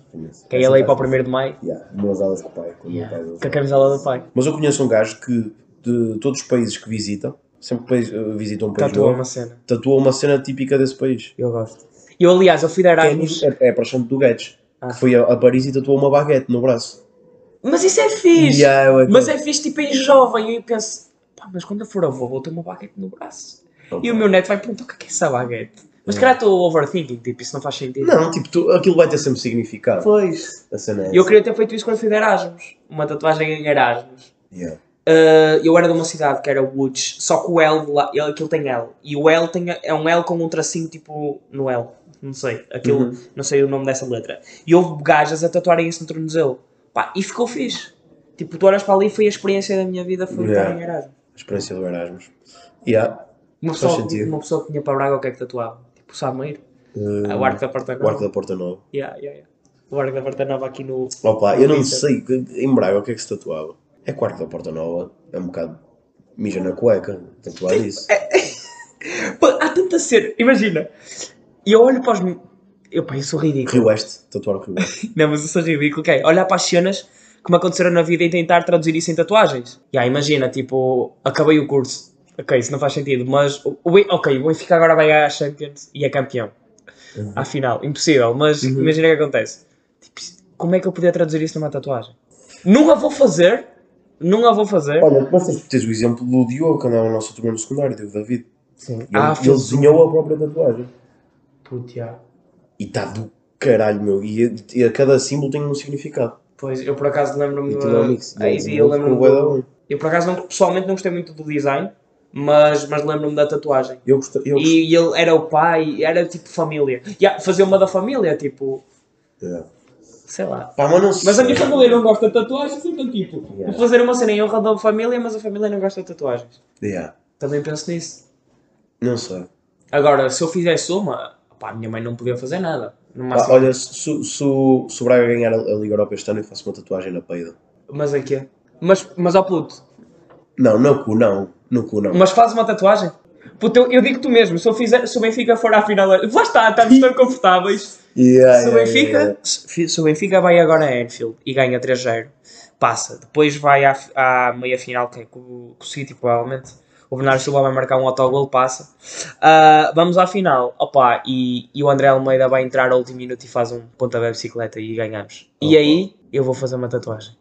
[SPEAKER 1] Que é ele aí para o 1 de Maio,
[SPEAKER 2] Yeah, umas alas com o pai. com o meu pai, eles-
[SPEAKER 1] com a camisola do pai.
[SPEAKER 2] Mas eu conheço um gajo que, de todos os países que visita, sempre que país- eh, visita um país
[SPEAKER 1] Tatua
[SPEAKER 2] novo,
[SPEAKER 1] uma cena.
[SPEAKER 2] tatua uma cena típica desse país.
[SPEAKER 1] Eu gosto. Eu, aliás, eu fui de
[SPEAKER 2] Que é,
[SPEAKER 1] Erasmus.
[SPEAKER 2] no- é, é para do Guedes.
[SPEAKER 1] Ah.
[SPEAKER 2] Que foi a, a Paris e tatuou uma baguete no braço.
[SPEAKER 1] Mas isso é fixe!
[SPEAKER 2] Yeah, eu
[SPEAKER 1] Mas é fixe, tipo, em jovem. Eu penso, pá, mas quando eu for avô, vou ter uma baguete no braço. E o meu neto vai perguntar o que é que é essa baguete? Mas, cara, estou overthinking, tipo, isso não faz sentido.
[SPEAKER 2] Não, tipo, tu- aquilo vai ter sempre significado.
[SPEAKER 1] Pois.
[SPEAKER 2] A cena é
[SPEAKER 1] Eu
[SPEAKER 2] essa.
[SPEAKER 1] queria ter feito isso quando fui de Erasmus. Uma tatuagem em Erasmus.
[SPEAKER 2] Yeah.
[SPEAKER 1] Uh, eu era de uma cidade que era Woods, só que o L, de lá, ele- aquilo tem L. E o L tem, é um L com um tracinho tipo no L. Não sei, aquilo,
[SPEAKER 2] Uhum.
[SPEAKER 1] não sei o nome dessa letra. E houve gajas a tatuarem isso no tornozelo. Pá, e ficou fixe. Tipo, tu olhas para ali, foi a experiência da minha vida, foi
[SPEAKER 2] Yeah.
[SPEAKER 1] estar em Erasmus.
[SPEAKER 2] A experiência do Erasmus. Yeah.
[SPEAKER 1] Uma
[SPEAKER 2] Faz
[SPEAKER 1] pessoa,
[SPEAKER 2] sentido.
[SPEAKER 1] uma pessoa que tinha para Braga, o que é que tatuava? Tipo, o Sameiro.
[SPEAKER 2] Uh,
[SPEAKER 1] Ah, o Arco da Porta Nova.
[SPEAKER 2] o Arco da Porta Nova.
[SPEAKER 1] Yeah, yeah, yeah. O Arco da Porta Nova aqui no...
[SPEAKER 2] Opa, eu não
[SPEAKER 1] Peter.
[SPEAKER 2] sei que- em Braga o que é que se tatuava. É que o Arco da Porta Nova. É um bocado mija na cueca. Tatuar isso.
[SPEAKER 1] é- Pá, há tanta cena, imagina. E eu olho para os... Eu, pá, eu sou ridículo.
[SPEAKER 2] Rio Oeste. Tatuar o Rio Oeste.
[SPEAKER 1] Não, mas eu sou ridículo, que é olhar para as cenas que me aconteceram na vida e tentar traduzir isso em tatuagens. E aí, imagina, tipo, acabei o curso. Ok, isso não faz sentido, mas. O, o, Ben- ok, o Benfica agora vai à Champions e é campeão. À final, impossível, mas imagina o que acontece. Tipo, como é que eu podia traduzir isso numa tatuagem? Nunca vou fazer, nunca vou fazer.
[SPEAKER 2] Olha, mas tens, tens o exemplo do Diogo que andava na nossa turma no secundário, Diogo David.
[SPEAKER 1] Sim,
[SPEAKER 2] Ele, ele desenhou a própria tatuagem.
[SPEAKER 1] Puto, já.
[SPEAKER 2] um- E está do caralho, meu. E, a- e a cada símbolo tem um significado.
[SPEAKER 1] Pois, eu por acaso lembro-me.
[SPEAKER 2] E tudo é um mix.
[SPEAKER 1] Ah, e eu lembro-me. do- Eu por acaso não- pessoalmente não gostei muito do design, mas, mas lembro-me da tatuagem.
[SPEAKER 2] Eu gostei. Eu gostei.
[SPEAKER 1] E ele era o pai, era tipo família. E há- fazer uma da família, tipo,
[SPEAKER 2] Yeah.
[SPEAKER 1] sei lá.
[SPEAKER 2] é. Pá, mas não
[SPEAKER 1] Mas a
[SPEAKER 2] sei.
[SPEAKER 1] minha família não gosta de tatuagens, então tipo,
[SPEAKER 2] Yeah.
[SPEAKER 1] vou fazer uma cena em honra da família, mas a família não gosta de tatuagens.
[SPEAKER 2] Yeah.
[SPEAKER 1] Também penso nisso.
[SPEAKER 2] Não sei.
[SPEAKER 1] Agora, se eu fizesse uma, pá, a minha mãe não podia fazer nada. No
[SPEAKER 2] Ah,
[SPEAKER 1] máximo.
[SPEAKER 2] olha, se, se, se o se o Braga ganhar a a Liga Europa este ano, eu
[SPEAKER 1] é.
[SPEAKER 2] faço uma tatuagem na peida.
[SPEAKER 1] Mas em quê? Mas, mas ao puto,
[SPEAKER 2] Não, não cu, não. No cu não.
[SPEAKER 1] Mas fazes uma tatuagem. Puto, eu, eu digo tu mesmo, se, eu fizer, se o Benfica for à final. Lá está, estamos tão confortáveis.
[SPEAKER 2] Yeah,
[SPEAKER 1] Se o
[SPEAKER 2] yeah, yeah,
[SPEAKER 1] Benfica,
[SPEAKER 2] yeah.
[SPEAKER 1] se se o Benfica vai agora a Anfield e ganha 3-0, passa. Depois vai à, à meia final, que é com, com o City, provavelmente. O Bernardo Silva vai marcar um autogol, passa. Ah, vamos à final. Opa, e, e o André Almeida vai entrar ao último minuto e faz um pontapé de bicicleta e ganhamos. E
[SPEAKER 2] Opa.
[SPEAKER 1] aí eu vou fazer uma tatuagem.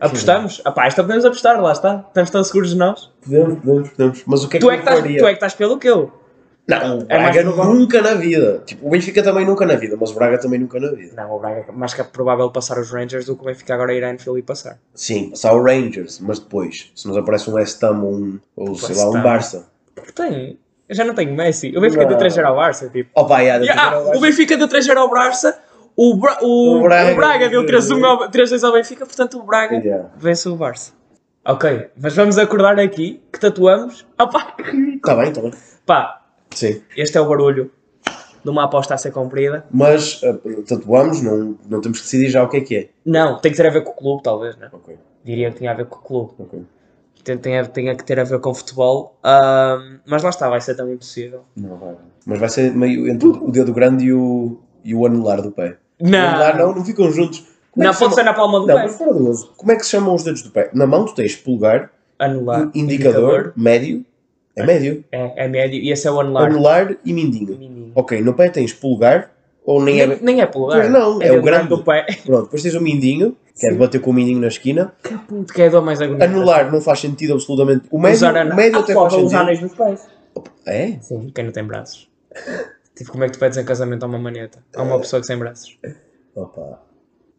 [SPEAKER 1] Apostamos? Opá, esta podemos apostar, lá está. Estamos tão seguros de nós.
[SPEAKER 2] Podemos, podemos, podemos. Mas o que é que
[SPEAKER 1] Tu é que
[SPEAKER 2] eu
[SPEAKER 1] estás,
[SPEAKER 2] faria?
[SPEAKER 1] tu é que estás pelo que eu.
[SPEAKER 2] Não, o
[SPEAKER 1] É mais
[SPEAKER 2] Braga
[SPEAKER 1] provável.
[SPEAKER 2] nunca na vida. Tipo, o Benfica também nunca na vida, mas o Braga também nunca na vida.
[SPEAKER 1] Não, o Braga é mais que é provável passar os Rangers do que o Benfica agora ir à Anfield e passar.
[SPEAKER 2] Sim, passar o Rangers, mas depois, se nos aparece um West Ham ou um, ou sei
[SPEAKER 1] West
[SPEAKER 2] lá, um
[SPEAKER 1] Ham.
[SPEAKER 2] Barça.
[SPEAKER 1] Porque tem. Eu já não tenho Messi. O Benfica
[SPEAKER 2] Não. É
[SPEAKER 1] deu 3 0 ao Barça, tipo.
[SPEAKER 2] Opa, Oh, yeah,
[SPEAKER 1] E, ah, o Benfica deu 3 0 ao Barça. O, Bra- o,
[SPEAKER 2] O
[SPEAKER 1] o
[SPEAKER 2] Braga. é
[SPEAKER 1] Braga. deu 3-1 ao- 3-2 ao Benfica, portanto o Braga
[SPEAKER 2] Yeah.
[SPEAKER 1] vence o Barça. Ok, mas vamos acordar aqui que tatuamos. Ah pá, que ridículo.
[SPEAKER 2] Está Tá bem, está bem.
[SPEAKER 1] Pá,
[SPEAKER 2] Sim.
[SPEAKER 1] este é o barulho de uma aposta a ser cumprida.
[SPEAKER 2] Mas ah, tatuamos, não, não temos que decidir já o que é que é.
[SPEAKER 1] Não, tem que ter a ver com o clube, talvez, né?
[SPEAKER 2] Ok,
[SPEAKER 1] Diria que tinha a ver com o clube.
[SPEAKER 2] ok.
[SPEAKER 1] Tem, tem, a, tem a que ter a ver com o futebol. Ahm, mas lá está, vai ser tão impossível.
[SPEAKER 2] Não vai. Mas vai ser meio entre o dedo grande e o, e o anular do pé. O anular não, não ficam juntos. Como é
[SPEAKER 1] Não,
[SPEAKER 2] que se
[SPEAKER 1] pode ser
[SPEAKER 2] chama-
[SPEAKER 1] na palma do
[SPEAKER 2] Não,
[SPEAKER 1] pé.
[SPEAKER 2] mas fora do uso. Como é que se chamam os dedos do pé? Na mão tu tens polegar, um
[SPEAKER 1] Anular.
[SPEAKER 2] indicador, médio. É médio.
[SPEAKER 1] É, é médio. E esse é o anular.
[SPEAKER 2] anular e mindinho.
[SPEAKER 1] Menino.
[SPEAKER 2] Ok, no pé tens polegar, ou nem é.
[SPEAKER 1] Nem, nem é polegar.
[SPEAKER 2] Pois não, é
[SPEAKER 1] dedo
[SPEAKER 2] o grande.
[SPEAKER 1] do pé.
[SPEAKER 2] Pronto, depois tens o mindinho, que é de
[SPEAKER 1] Sim.
[SPEAKER 2] bater com o mindinho na esquina.
[SPEAKER 1] Que puto, que é a dor mais agonista.
[SPEAKER 2] Anular não faz sentido absolutamente. O médio,
[SPEAKER 1] Usar
[SPEAKER 2] o médio
[SPEAKER 1] ah,
[SPEAKER 2] até
[SPEAKER 1] foda,
[SPEAKER 2] faz
[SPEAKER 1] os
[SPEAKER 2] sentido.
[SPEAKER 1] anéis nos pés.
[SPEAKER 2] É?
[SPEAKER 1] Sim, quem não tem braços. Tipo, como é que tu pedes em casamento a uma maneta? A uma pessoa que sem braços.
[SPEAKER 2] Opa.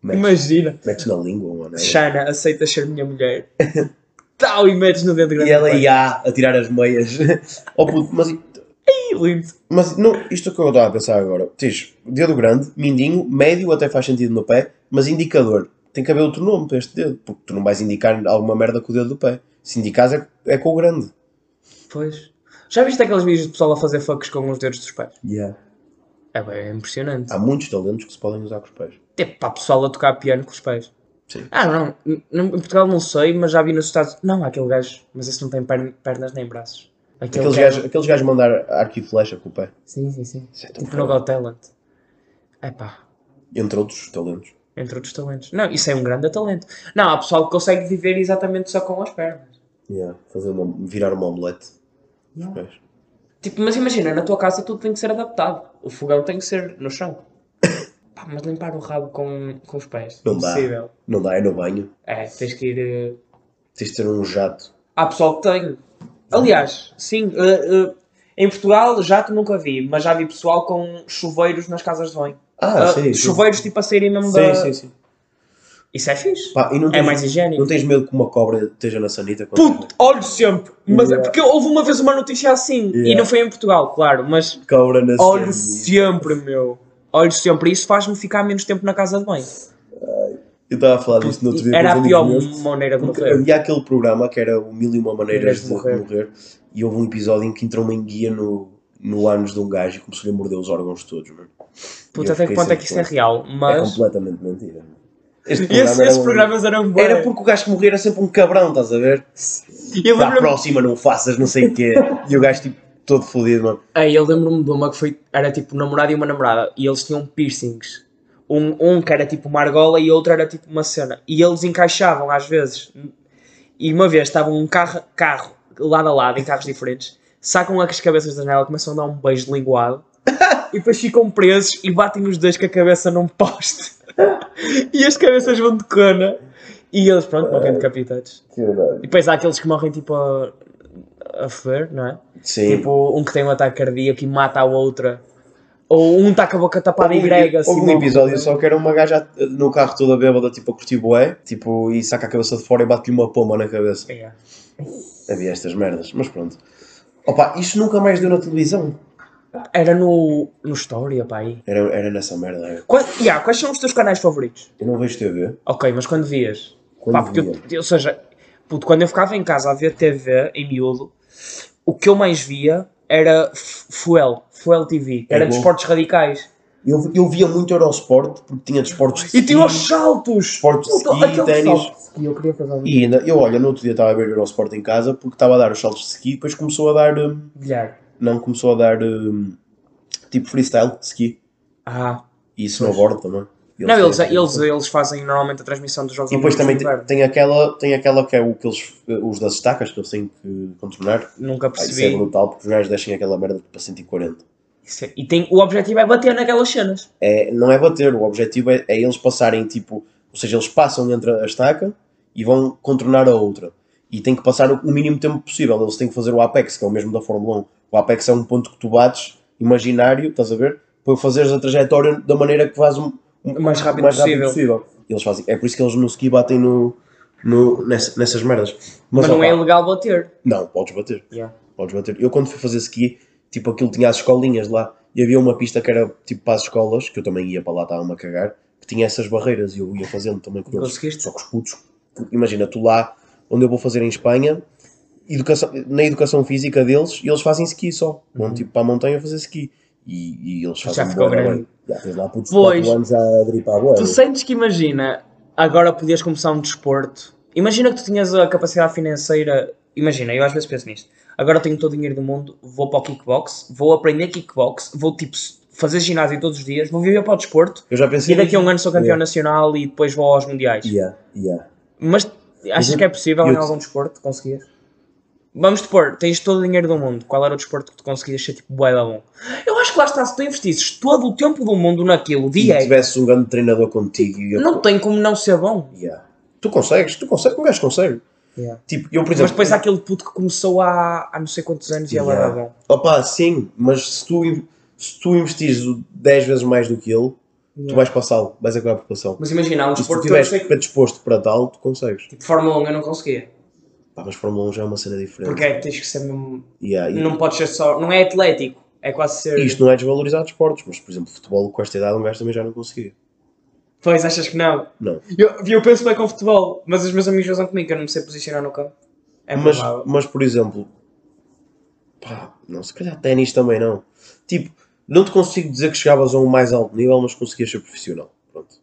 [SPEAKER 2] Metes,
[SPEAKER 1] Imagina.
[SPEAKER 2] metes na língua, mano. é?
[SPEAKER 1] Shana, aceitas ser minha mulher. Tal, e metes no dedo grande.
[SPEAKER 2] E ela
[SPEAKER 1] do pé.
[SPEAKER 2] ia a tirar as meias. oh, puto, mas,
[SPEAKER 1] Ih, lindo.
[SPEAKER 2] mas não, isto é o que eu estava a pensar agora. Tens dedo grande, mindinho, médio até faz sentido no pé, mas indicador. Tem que haver outro nome para este dedo, porque tu não vais indicar alguma merda com o dedo do pé. Se indicares é, é com o grande.
[SPEAKER 1] Pois. Já viste aqueles vídeos de pessoal a fazer fucks com os dedos dos pés?
[SPEAKER 2] Yeah.
[SPEAKER 1] É bem é impressionante.
[SPEAKER 2] Há muitos talentos que se podem usar com os pés.
[SPEAKER 1] Tipo, para pessoal a tocar piano com os pés.
[SPEAKER 2] Sim.
[SPEAKER 1] Ah, não. n- Em Portugal não sei, mas já vi nos Estados Não, há aquele gajo. Mas esse não tem perna- pernas nem braços. Aquele
[SPEAKER 2] Aqueles
[SPEAKER 1] gajo-
[SPEAKER 2] gajos, aqueles gajos mandar arco e flecha com o pé.
[SPEAKER 1] Sim, sim, sim.
[SPEAKER 2] Isso é tão
[SPEAKER 1] Tipo
[SPEAKER 2] foda.
[SPEAKER 1] no Got Talent. Epá,
[SPEAKER 2] Entre outros talentos.
[SPEAKER 1] entre outros talentos. Não, isso é um grande talento. Não, há pessoal que consegue viver exatamente só com as pernas.
[SPEAKER 2] Yeah. Fazer uma, virar uma omelete com os
[SPEAKER 1] Yeah.
[SPEAKER 2] pés.
[SPEAKER 1] Tipo, mas imagina, na tua casa tudo tem que ser adaptado. O fogão tem que ser no chão. Pá, mas limpar o rabo com, com os pés.
[SPEAKER 2] Não dá.
[SPEAKER 1] Impossível.
[SPEAKER 2] Não dá, é no banho.
[SPEAKER 1] É, tens que ir. eh,
[SPEAKER 2] Tens de ter um jato.
[SPEAKER 1] Há pessoal que tem. Aliás, sim, eh, eh, em Portugal jato nunca vi, mas já vi pessoal com chuveiros nas casas de banho.
[SPEAKER 2] Ah,
[SPEAKER 1] Ah,
[SPEAKER 2] sim, sim.
[SPEAKER 1] chuveiros tipo a saírem mesmo da.
[SPEAKER 2] Sim, sim, sim.
[SPEAKER 1] Isso é fixe.
[SPEAKER 2] Pá, e não
[SPEAKER 1] é
[SPEAKER 2] tens,
[SPEAKER 1] mais higiênico.
[SPEAKER 2] não tens medo que uma cobra esteja na sanita? quando-
[SPEAKER 1] Puto, olho sempre. Mas é
[SPEAKER 2] Yeah.
[SPEAKER 1] porque houve uma vez uma notícia assim.
[SPEAKER 2] Yeah.
[SPEAKER 1] E não foi em Portugal, claro, mas
[SPEAKER 2] Cobra na
[SPEAKER 1] olho
[SPEAKER 2] sanita.
[SPEAKER 1] sempre, meu. Olho sempre. E isso faz-me ficar menos tempo na casa de banho.
[SPEAKER 2] Eu estava a falar disto no outro dia.
[SPEAKER 1] Era
[SPEAKER 2] com
[SPEAKER 1] a
[SPEAKER 2] os
[SPEAKER 1] pior
[SPEAKER 2] amigos meus,
[SPEAKER 1] maneira de
[SPEAKER 2] porque
[SPEAKER 1] morrer.
[SPEAKER 2] Havia aquele programa que era o Mil e Uma Maneiras de, morrer.
[SPEAKER 1] Maneiras de
[SPEAKER 2] E houve um episódio em que entrou uma enguia no, no ânus de um gajo e começou-lhe a morder os órgãos todos, mano.
[SPEAKER 1] Puta, até
[SPEAKER 2] eu
[SPEAKER 1] que
[SPEAKER 2] fiquei
[SPEAKER 1] ponto é que
[SPEAKER 2] sempre
[SPEAKER 1] isto é
[SPEAKER 2] com-
[SPEAKER 1] real?
[SPEAKER 2] É
[SPEAKER 1] Mas.
[SPEAKER 2] completamente mentira. mano. Este
[SPEAKER 1] Esse, esses
[SPEAKER 2] um-
[SPEAKER 1] programas eram bons.
[SPEAKER 2] Era porque Tá, o gajo que morria era sempre um cabrão, estás a ver?
[SPEAKER 1] Eu
[SPEAKER 2] Para a
[SPEAKER 1] lembro-me
[SPEAKER 2] próxima não faças não sei o quê. e o gajo tipo todo fodido, mano.
[SPEAKER 1] Ei, eu lembro-me de uma que foi, era tipo um namorado e uma namorada, e eles tinham piercings. Um, um que era tipo uma argola e outro era tipo uma cena. E eles encaixavam às vezes. E uma vez estavam um carro, carro lado a lado, em carros diferentes, sacam as cabeças da janela, começam a dar um beijo de linguado, e depois ficam presos e batem os dois com a cabeça num poste. e as cabeças vão de cona. E eles, pronto, morrem decapitados. E depois há aqueles que morrem tipo a, a foder, não é?
[SPEAKER 2] Sim.
[SPEAKER 1] Tipo, um que tem um ataque cardíaco e mata a outra. Ou um está com a boca tapada e grega. assim,
[SPEAKER 2] Houve um episódio só que era uma gaja no carro toda bêbada, tipo a curtir bué, tipo, e saca a cabeça de fora e bate-lhe uma pomba na cabeça.
[SPEAKER 1] É.
[SPEAKER 2] Havia estas merdas, mas pronto. Opa, isto nunca mais deu na televisão.
[SPEAKER 1] Era no, no Story, pá, aí.
[SPEAKER 2] Era, era nessa merda. era.
[SPEAKER 1] Qua- yeah, quais são os teus canais favoritos?
[SPEAKER 2] Eu não vejo TV.
[SPEAKER 1] Ok, mas quando vias?
[SPEAKER 2] Quando
[SPEAKER 1] Pá, porque eu-
[SPEAKER 2] via.
[SPEAKER 1] ou seja, puto, quando eu ficava em casa a ver TV, em miúdo, o que eu mais via era F- Fuel, Fuel TV, que
[SPEAKER 2] É
[SPEAKER 1] era de
[SPEAKER 2] bom.
[SPEAKER 1] esportes radicais.
[SPEAKER 2] Eu, eu via muito Eurosport porque tinha desportos de
[SPEAKER 1] E tinha os
[SPEAKER 2] ski,
[SPEAKER 1] saltos!
[SPEAKER 2] Esportes de
[SPEAKER 1] Puta,
[SPEAKER 2] ski,
[SPEAKER 1] aquele
[SPEAKER 2] ténis.
[SPEAKER 1] salto. ski, eu queria fazer um
[SPEAKER 2] E ainda, eu olha, no outro dia estava a ver o Eurosport em casa porque estava a dar os saltos de ski e depois começou a dar. hum,
[SPEAKER 1] bilhar.
[SPEAKER 2] Não, começou a dar hum, tipo freestyle de ski
[SPEAKER 1] Ah.
[SPEAKER 2] e snowboard também.
[SPEAKER 1] Não, eles,
[SPEAKER 2] têm-
[SPEAKER 1] eles, eles fazem normalmente a transmissão dos jogos
[SPEAKER 2] E depois também
[SPEAKER 1] Olímpicos
[SPEAKER 2] tem,
[SPEAKER 1] de inverno.
[SPEAKER 2] tem aquela, tem aquela que é o que eles, os das estacas que eles têm que contornar.
[SPEAKER 1] Nunca
[SPEAKER 2] Ah, isso é
[SPEAKER 1] percebi.
[SPEAKER 2] brutal porque os gajos deixam aquela merda para 140.
[SPEAKER 1] Isso é- E tem, o objetivo é bater naquelas cenas.
[SPEAKER 2] É, não é bater, o objetivo é, é eles passarem tipo, ou seja, eles passam entre a estaca e vão contornar a outra. E tem que passar o, o mínimo tempo possível. Eles têm que fazer o apex, que é o mesmo da Fórmula 1. O apex é um ponto que tu bates, imaginário, estás a ver? Para fazeres a trajetória da maneira que faz um, um-
[SPEAKER 1] O mais rápido
[SPEAKER 2] o
[SPEAKER 1] possível.
[SPEAKER 2] Eles fazem, é por isso que eles no ski batem no, no- nessa- nessas merdas.
[SPEAKER 1] Mas, não
[SPEAKER 2] opa,
[SPEAKER 1] é ilegal bater.
[SPEAKER 2] não, podes bater.
[SPEAKER 1] Yeah.
[SPEAKER 2] Podes bater. Eu quando fui fazer ski, tipo, aquilo tinha as escolinhas lá. E havia uma pista que era tipo para as escolas, que eu também ia para lá, estava-me a cagar, que tinha essas barreiras e eu ia fazendo também com eles.
[SPEAKER 1] Conseguiste?
[SPEAKER 2] Só que os putos. Imagina, tu lá, onde eu vou fazer em Espanha, educação- na educação física deles, eles fazem ski só. Vão tipo para a montanha fazer ski. E, e eles
[SPEAKER 1] Uhum. Já
[SPEAKER 2] fazem
[SPEAKER 1] ficou
[SPEAKER 2] bué da
[SPEAKER 1] grande.
[SPEAKER 2] bem. Já tens lá putos de
[SPEAKER 1] Pois.
[SPEAKER 2] 4 anos a dripar bué.
[SPEAKER 1] Tu sentes que imagina, agora podias começar um desporto. Imagina que tu tinhas a capacidade financeira. Imagina, eu às vezes penso nisto. Agora tenho todo o dinheiro do mundo, vou para o kickbox, vou aprender kickbox, vou tipo fazer ginásio todos os dias, vou viver para o desporto
[SPEAKER 2] Eu já
[SPEAKER 1] e
[SPEAKER 2] pensei.
[SPEAKER 1] daqui a um ano sou campeão
[SPEAKER 2] Yeah.
[SPEAKER 1] nacional e depois vou aos mundiais.
[SPEAKER 2] Yeah, yeah.
[SPEAKER 1] Mas achas
[SPEAKER 2] eu-
[SPEAKER 1] que é possível
[SPEAKER 2] eu
[SPEAKER 1] em
[SPEAKER 2] te-
[SPEAKER 1] algum desporto conseguir? Vamos te pôr, tens todo o dinheiro do mundo. Qual era o desporto que tu conseguias ser tipo bué da bom? Eu acho que lá está, se tu investisses todo o tempo do mundo naquilo,
[SPEAKER 2] E
[SPEAKER 1] direto,
[SPEAKER 2] tivesse um grande treinador contigo. e eu-
[SPEAKER 1] não tem como não ser bom.
[SPEAKER 2] Yeah. Tu consegues, tu consegues, um gajo consegue. Tipo, eu, por exemplo.
[SPEAKER 1] Mas depois há aquele puto que começou há, há não sei quantos anos e ele era
[SPEAKER 2] Yeah.
[SPEAKER 1] bom.
[SPEAKER 2] Opa, sim, mas se tu, in- se tu investires 10 vezes mais do que ele, tu vais passá-lo, vais acabar por passá-lo.
[SPEAKER 1] Mas imagina, há um
[SPEAKER 2] E se tu
[SPEAKER 1] desporto que eu
[SPEAKER 2] estiveres
[SPEAKER 1] sei que.
[SPEAKER 2] predisposto para tal, tu consegues.
[SPEAKER 1] Tipo, Fórmula 1 eu não conseguia.
[SPEAKER 2] Pá, mas Fórmula 1 já é uma cena diferente.
[SPEAKER 1] Porque é que tens que ser mesmo.
[SPEAKER 2] Yeah, e-
[SPEAKER 1] Não podes ser só. Não é atlético. É quase ser.
[SPEAKER 2] e isto não é desvalorizar desportos, mas por exemplo, futebol com esta idade um gajo também já não conseguia.
[SPEAKER 1] Pois achas que não?
[SPEAKER 2] Não.
[SPEAKER 1] Eu, eu penso bem com futebol, mas os meus amigos usam comigo, que eu não me sei posicionar no campo. É
[SPEAKER 2] mas,
[SPEAKER 1] provável.
[SPEAKER 2] mas por exemplo, pá, não, se calhar ténis também não. Tipo, não te consigo dizer que chegavas a um mais alto nível, mas conseguias ser profissional. Pronto.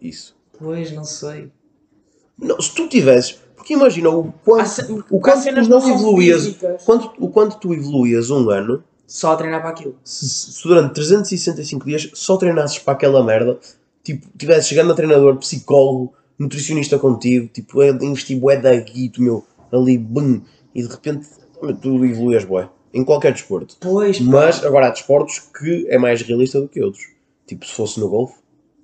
[SPEAKER 2] Isso.
[SPEAKER 1] Pois, não sei.
[SPEAKER 2] Não, se tu tivesses, porque imagina o quanto,
[SPEAKER 1] Há ce-
[SPEAKER 2] o
[SPEAKER 1] há
[SPEAKER 2] quanto
[SPEAKER 1] cenas
[SPEAKER 2] tu
[SPEAKER 1] que
[SPEAKER 2] não
[SPEAKER 1] são
[SPEAKER 2] evoluías,
[SPEAKER 1] físicas.
[SPEAKER 2] quanto, o quanto tu evoluías um ano,
[SPEAKER 1] Só a treinar para aquilo.
[SPEAKER 2] se, se durante 365 dias só treinasses para aquela merda, tipo, tivesses chegando a treinador, psicólogo, nutricionista contigo, tipo, é de investir bué da guito, meu, ali, bum, e de repente tu evoluías bué, em qualquer desporto.
[SPEAKER 1] Pois, pá.
[SPEAKER 2] Mas agora há desportos que é mais realista do que outros. Tipo, se fosse no golfe,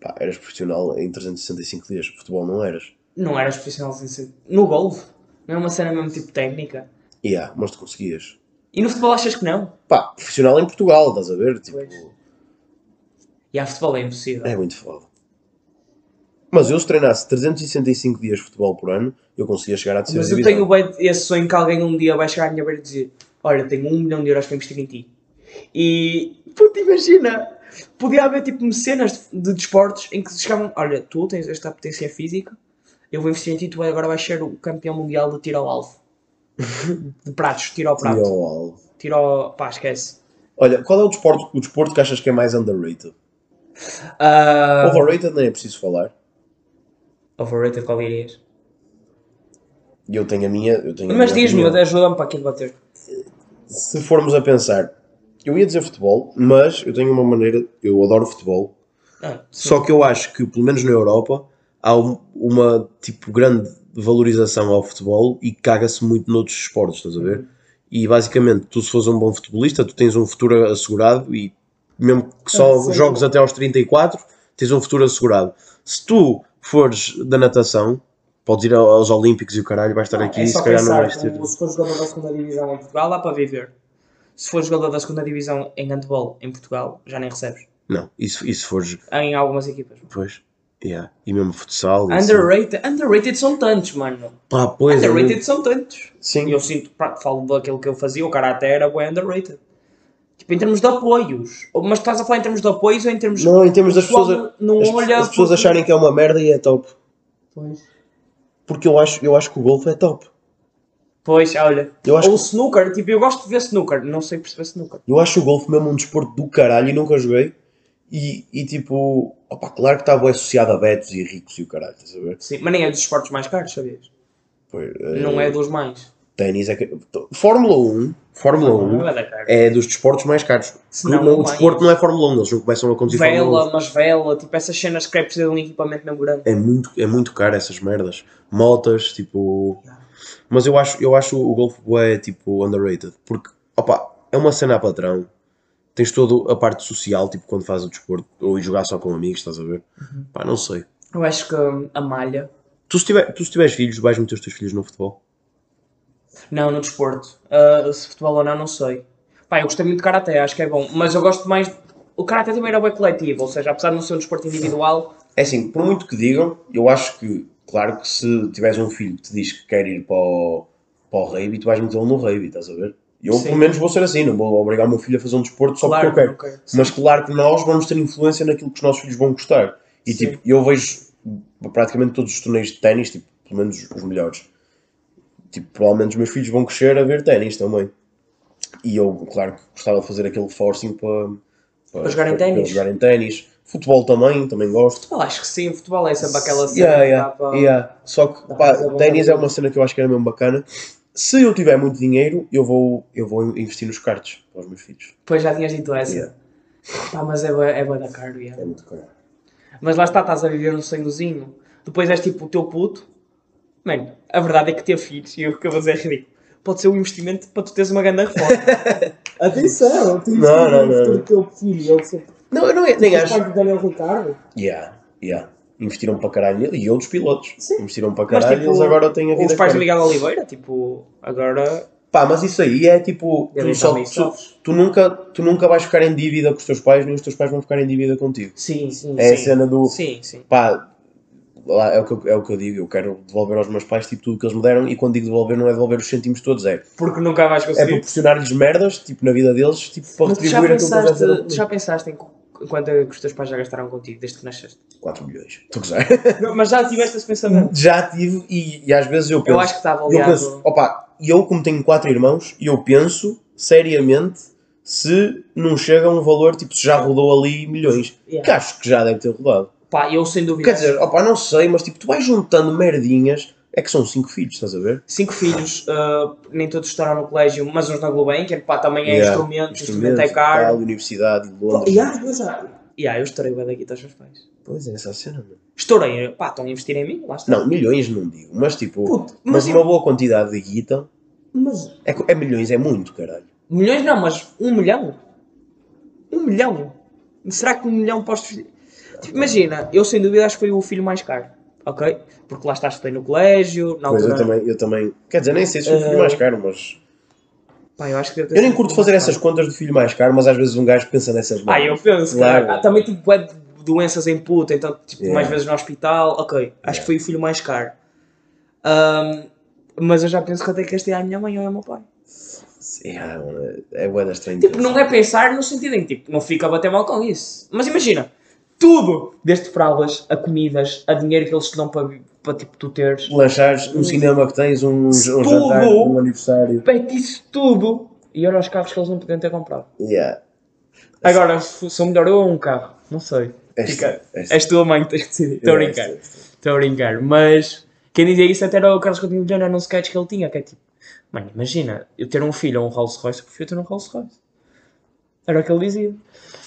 [SPEAKER 2] pá, eras profissional em 365 dias, futebol não eras.
[SPEAKER 1] Não eras profissional sem ser- No golfe. Não é uma cena mesmo tipo técnica.
[SPEAKER 2] Yeah, mas tu conseguias.
[SPEAKER 1] E no futebol achas que não?
[SPEAKER 2] pá, profissional em Portugal, estás a ver? Tipo,
[SPEAKER 1] Pois. tá. E há futebol é impossível.
[SPEAKER 2] é muito foda. Mas eu se treinasse 365 dias de futebol por ano, eu conseguia chegar à terceira
[SPEAKER 1] Mas eu tenho
[SPEAKER 2] divisão.
[SPEAKER 1] bem esse sonho que alguém um dia vai chegar à minha beira e dizer: Olha, tenho um milhão de euros para investir em ti. E, puta, imagina, podia haver tipo cenas de, de desportos em que chegavam: Olha, tu tens esta potência física, eu vou investir em ti, tu agora vais ser o campeão mundial de tiro ao alvo. de pratos, tiro ao
[SPEAKER 2] E
[SPEAKER 1] prato.
[SPEAKER 2] ao alvo.
[SPEAKER 1] Tiro ao. pá, esquece.
[SPEAKER 2] Olha, qual é o desporto, o desporto que achas que é mais underrated?
[SPEAKER 1] Ah,
[SPEAKER 2] Overrated nem é preciso falar.
[SPEAKER 1] overrated, qual irias?
[SPEAKER 2] E eu tenho a minha. Eu tenho a
[SPEAKER 1] Mas
[SPEAKER 2] minha
[SPEAKER 1] diz-me,
[SPEAKER 2] opinião.
[SPEAKER 1] ajuda-me para aquilo bater.
[SPEAKER 2] Se formos a pensar, eu ia dizer futebol, mas eu tenho uma maneira. Eu adoro futebol,
[SPEAKER 1] Ah, sim.
[SPEAKER 2] Só que eu acho que, pelo menos na Europa, há um- uma tipo grande valorização ao futebol e caga-se muito noutros esportes, estás a ver?
[SPEAKER 1] Uhum.
[SPEAKER 2] E basicamente, tu se fores um bom futebolista, tu tens um futuro assegurado e mesmo que só
[SPEAKER 1] Ah, sim.
[SPEAKER 2] jogues até aos 34, tens um futuro assegurado. Se tu fores da natação, podes ir aos Olímpicos e o caralho, vais estar aqui
[SPEAKER 1] é
[SPEAKER 2] e
[SPEAKER 1] só
[SPEAKER 2] se calhar não
[SPEAKER 1] pensar,
[SPEAKER 2] vais ter.
[SPEAKER 1] como se for jogador da segunda divisão em Portugal, dá para viver. Se for jogador da segunda divisão em handball em Portugal, já nem recebes.
[SPEAKER 2] Não, e se, e se fores
[SPEAKER 1] Em algumas equipas.
[SPEAKER 2] depois? Yeah. E mesmo futsal. e assim.
[SPEAKER 1] Underrated, underrated são tantos, mano.
[SPEAKER 2] Pá, pois, é
[SPEAKER 1] underrated
[SPEAKER 2] mesmo.
[SPEAKER 1] são tantos.
[SPEAKER 2] Sim.
[SPEAKER 1] Eu sinto, pá, falo daquilo que eu fazia, o caráter era bem underrated. Tipo, em termos de apoios. Ou- Mas estás a falar em termos de apoios ou em termos.
[SPEAKER 2] Não, em termos das
[SPEAKER 1] O pessoal
[SPEAKER 2] pessoas,
[SPEAKER 1] não
[SPEAKER 2] as,
[SPEAKER 1] olha
[SPEAKER 2] as pessoas
[SPEAKER 1] porque-
[SPEAKER 2] acharem que é uma merda e é top.
[SPEAKER 1] Pois.
[SPEAKER 2] Porque eu acho, eu acho que o golfe é top.
[SPEAKER 1] Pois, olha.
[SPEAKER 2] Eu acho
[SPEAKER 1] Ou
[SPEAKER 2] que-
[SPEAKER 1] snooker, tipo, eu gosto de ver snooker, não sei perceber snooker.
[SPEAKER 2] Eu acho o golfe mesmo um desporto do caralho e nunca joguei. E, e tipo, opa, claro que estava associado a betos e ricos e o caralho, estás a ver?
[SPEAKER 1] Sim, mas nem é dos esportes mais caros, sabias?
[SPEAKER 2] Pois, eh,
[SPEAKER 1] Não é dos mais.
[SPEAKER 2] Ténis é que. Fórmula 1, Fórmula 1
[SPEAKER 1] é da cara.
[SPEAKER 2] é dos desportos mais caros.
[SPEAKER 1] Se não,
[SPEAKER 2] Não, o
[SPEAKER 1] mais.
[SPEAKER 2] desporto não é Fórmula 1, eles não começam a conduzir Fórmula 1.
[SPEAKER 1] Vela, mas vela, tipo essas cenas que é preciso de um equipamento mesmo grande.
[SPEAKER 2] É muito, é muito caro essas merdas. Motas, tipo. Mas eu acho, eu acho o Golf Boy tipo underrated. Porque, opa, é uma cena a patrão. Tens toda a parte social, tipo quando fazes o desporto, ou ir jogar só com amigos, estás a ver? Pá, não sei.
[SPEAKER 1] Eu acho que hum, a malha.
[SPEAKER 2] Tu se, tiver, tu se tiveres filhos, vais meter os teus filhos no futebol?
[SPEAKER 1] Não, no desporto. Ah, se futebol ou não, não sei. Pá, eu gostei muito de karaté, acho que é bom. Mas eu gosto mais. O karaté também era bem coletivo, ou seja, apesar de não ser um desporto individual,
[SPEAKER 2] É assim, por muito que digam, eu acho que, claro que se tiveres um filho que te diz que quer ir para o, para o rugby, tu vais metê-lo no rugby, estás a ver? Eu
[SPEAKER 1] Sim.
[SPEAKER 2] pelo menos vou ser assim, não vou obrigar o meu filho a fazer um desporto só
[SPEAKER 1] claro,
[SPEAKER 2] porque eu quero.
[SPEAKER 1] não quero.
[SPEAKER 2] Mas claro que nós vamos ter influência naquilo que os nossos filhos vão gostar. E
[SPEAKER 1] Sim.
[SPEAKER 2] tipo, eu vejo praticamente todos os torneios de ténis, tipo, pelo menos os melhores. Tipo, provavelmente os meus filhos vão crescer a ver ténis também. E eu, claro que gostava de fazer aquele forcing para,
[SPEAKER 1] Para jogar em ténis.
[SPEAKER 2] jogar em ténis. Futebol também, também gosto.
[SPEAKER 1] Futebol, acho que sim, futebol é sempre aquela cena
[SPEAKER 2] Yeah,
[SPEAKER 1] que
[SPEAKER 2] yeah,
[SPEAKER 1] dá para.
[SPEAKER 2] yeah. Só que
[SPEAKER 1] dá
[SPEAKER 2] pá,
[SPEAKER 1] pra fazer bom
[SPEAKER 2] ténis é
[SPEAKER 1] trabalho.
[SPEAKER 2] uma cena que eu acho que era mesmo bacana. Se eu tiver muito dinheiro, eu vou, eu vou investir nos cartes para os meus filhos.
[SPEAKER 1] Depois já tinhas dito essa.
[SPEAKER 2] Yeah.
[SPEAKER 1] Pá, mas é boa é bué da caro, yeah.
[SPEAKER 2] É muito caro.
[SPEAKER 1] Mas lá está, estás a viver um sonhozinho. Depois és tipo o teu puto. Mano, a verdade é que ter filhos, e o que eu vou dizer é ridículo, pode ser um investimento para tu teres uma grande reforma. Atenção, tu
[SPEAKER 2] Não, não, não.
[SPEAKER 1] o teu filho, ele sempre
[SPEAKER 2] Não, eu não, é, nem acho.
[SPEAKER 1] do Daniel Ricardo.
[SPEAKER 2] Yeah, yeah. Investiram para caralho nele e outros pilotos.
[SPEAKER 1] Sim.
[SPEAKER 2] Investiram para
[SPEAKER 1] Mas
[SPEAKER 2] caralho
[SPEAKER 1] tipo,
[SPEAKER 2] e eles agora têm a vida.
[SPEAKER 1] os pais
[SPEAKER 2] cara.
[SPEAKER 1] do Miguel Oliveira, tipo, agora.
[SPEAKER 2] Pá, mas isso aí é tipo.
[SPEAKER 1] Devem
[SPEAKER 2] Tu,
[SPEAKER 1] estar
[SPEAKER 2] só,
[SPEAKER 1] meio
[SPEAKER 2] tu,
[SPEAKER 1] safos.
[SPEAKER 2] tu nunca, tu nunca vais ficar em dívida com os teus pais, nem os teus pais vão ficar em dívida contigo.
[SPEAKER 1] Sim, sim.
[SPEAKER 2] É a
[SPEAKER 1] sim.
[SPEAKER 2] cena do-
[SPEAKER 1] Sim, sim.
[SPEAKER 2] Pá, lá é o, que eu, é o que eu digo. Eu quero devolver aos meus pais tipo, tudo o que eles me deram e quando digo devolver, não é devolver os cêntimos todos, é.
[SPEAKER 1] Porque nunca vais
[SPEAKER 2] É
[SPEAKER 1] conseguir.
[SPEAKER 2] proporcionar-lhes merdas, tipo, na vida deles, tipo, para
[SPEAKER 1] Mas tu já
[SPEAKER 2] retribuir aquilo que eles
[SPEAKER 1] pensaste,
[SPEAKER 2] fizeram.
[SPEAKER 1] tu já pensaste em qu- quanto é que os teus pais já gastaram contigo desde que nasceste?
[SPEAKER 2] 4 milhões. Estou a gozar.
[SPEAKER 1] Não, Mas já tiveste esse pensamento?
[SPEAKER 2] Já tive e, e às vezes eu penso.
[SPEAKER 1] Eu acho que é está
[SPEAKER 2] Eu penso,
[SPEAKER 1] avaliado.
[SPEAKER 2] opa, e eu como tenho quatro irmãos, eu penso seriamente se não chega a um valor, tipo, se já rodou ali milhões.
[SPEAKER 1] Yeah.
[SPEAKER 2] Que acho que já deve ter rodado.
[SPEAKER 1] Pá, eu sem dúvida.
[SPEAKER 2] Quer dizer, opa, não sei, mas tipo, tu vais juntando merdinhas, é que são cinco filhos, estás a ver?
[SPEAKER 1] Cinco filhos, ah, nem todos estouraram no colégio, mas uns na Gulbenkian, pá, também é
[SPEAKER 2] Yeah.
[SPEAKER 1] instrumento, instrumento
[SPEAKER 2] Instrumentos
[SPEAKER 1] é
[SPEAKER 2] e tal,
[SPEAKER 1] caro. Oh,
[SPEAKER 2] universidade,
[SPEAKER 1] Pá,
[SPEAKER 2] Londres.
[SPEAKER 1] E há, eu já. E há, eu estourei bem daqui, estás meus pais.
[SPEAKER 2] Pois é, essa cena, mano.
[SPEAKER 1] Estourei, pá, estão a investir em mim, lá está.
[SPEAKER 2] Não, milhões não digo, mas tipo,
[SPEAKER 1] Puto,
[SPEAKER 2] mas,
[SPEAKER 1] mas, eu-
[SPEAKER 2] uma boa quantidade de guita,
[SPEAKER 1] mas-
[SPEAKER 2] é, co- é milhões, é muito, caralho.
[SPEAKER 1] Milhões não, mas um milhão? Um milhão? Será que um milhão para os filhos? Tipo, imagina, eu sem dúvida acho que foi o filho mais caro, ok? Porque lá está, estudei no colégio, na
[SPEAKER 2] Pois
[SPEAKER 1] altura.
[SPEAKER 2] eu também, eu também, quer dizer, nem sei se o filho
[SPEAKER 1] Eh,
[SPEAKER 2] mais caro, mas
[SPEAKER 1] Pá, eu acho que deve ter
[SPEAKER 2] Eu nem
[SPEAKER 1] sido
[SPEAKER 2] curto
[SPEAKER 1] o
[SPEAKER 2] fazer
[SPEAKER 1] mais
[SPEAKER 2] essas
[SPEAKER 1] caro.
[SPEAKER 2] contas do filho mais caro, mas às vezes um gajo pensa nessas
[SPEAKER 1] Ah, eu penso, cara.
[SPEAKER 2] Claro.
[SPEAKER 1] Ah, também tive bué de doenças em puta, então, tipo,
[SPEAKER 2] Yeah.
[SPEAKER 1] mais vezes no hospital. Ok, acho que
[SPEAKER 2] Yeah.
[SPEAKER 1] foi o filho mais caro. Ahm, mas eu já penso que até que este é a minha mãe ou é o meu pai.
[SPEAKER 2] Yeah, mano, é bué das estranho.
[SPEAKER 1] Tipo, não é pensar no sentido em que, tipo, não fica a bater mal com isso. Mas imagina, tudo, desde fraldas, a comidas, a dinheiro que eles te dão para, para tipo, tu teres.
[SPEAKER 2] Lanchares, um cinema que tens, um, um
[SPEAKER 1] Hum. Tudo.
[SPEAKER 2] jantar, um aniversário.
[SPEAKER 1] Pete, isso tudo. E era os carros que eles não podiam ter comprado.
[SPEAKER 2] Yeah.
[SPEAKER 1] Agora, se sou melhor eu ou um carro? Não sei.
[SPEAKER 2] Este-
[SPEAKER 1] Fica-
[SPEAKER 2] este-
[SPEAKER 1] És tua mãe que tens que decidir. Estou a
[SPEAKER 2] yeah,
[SPEAKER 1] brincar.
[SPEAKER 2] este- este.
[SPEAKER 1] Estou a brincar, mas quem dizia isso até era o Carlos Coutinho Vilhena num sketch que ele tinha, que é tipo, mano, imagina, eu ter um filho ou um Rolls Royce, eu prefiro ter um Rolls Royce. Era o que ele dizia.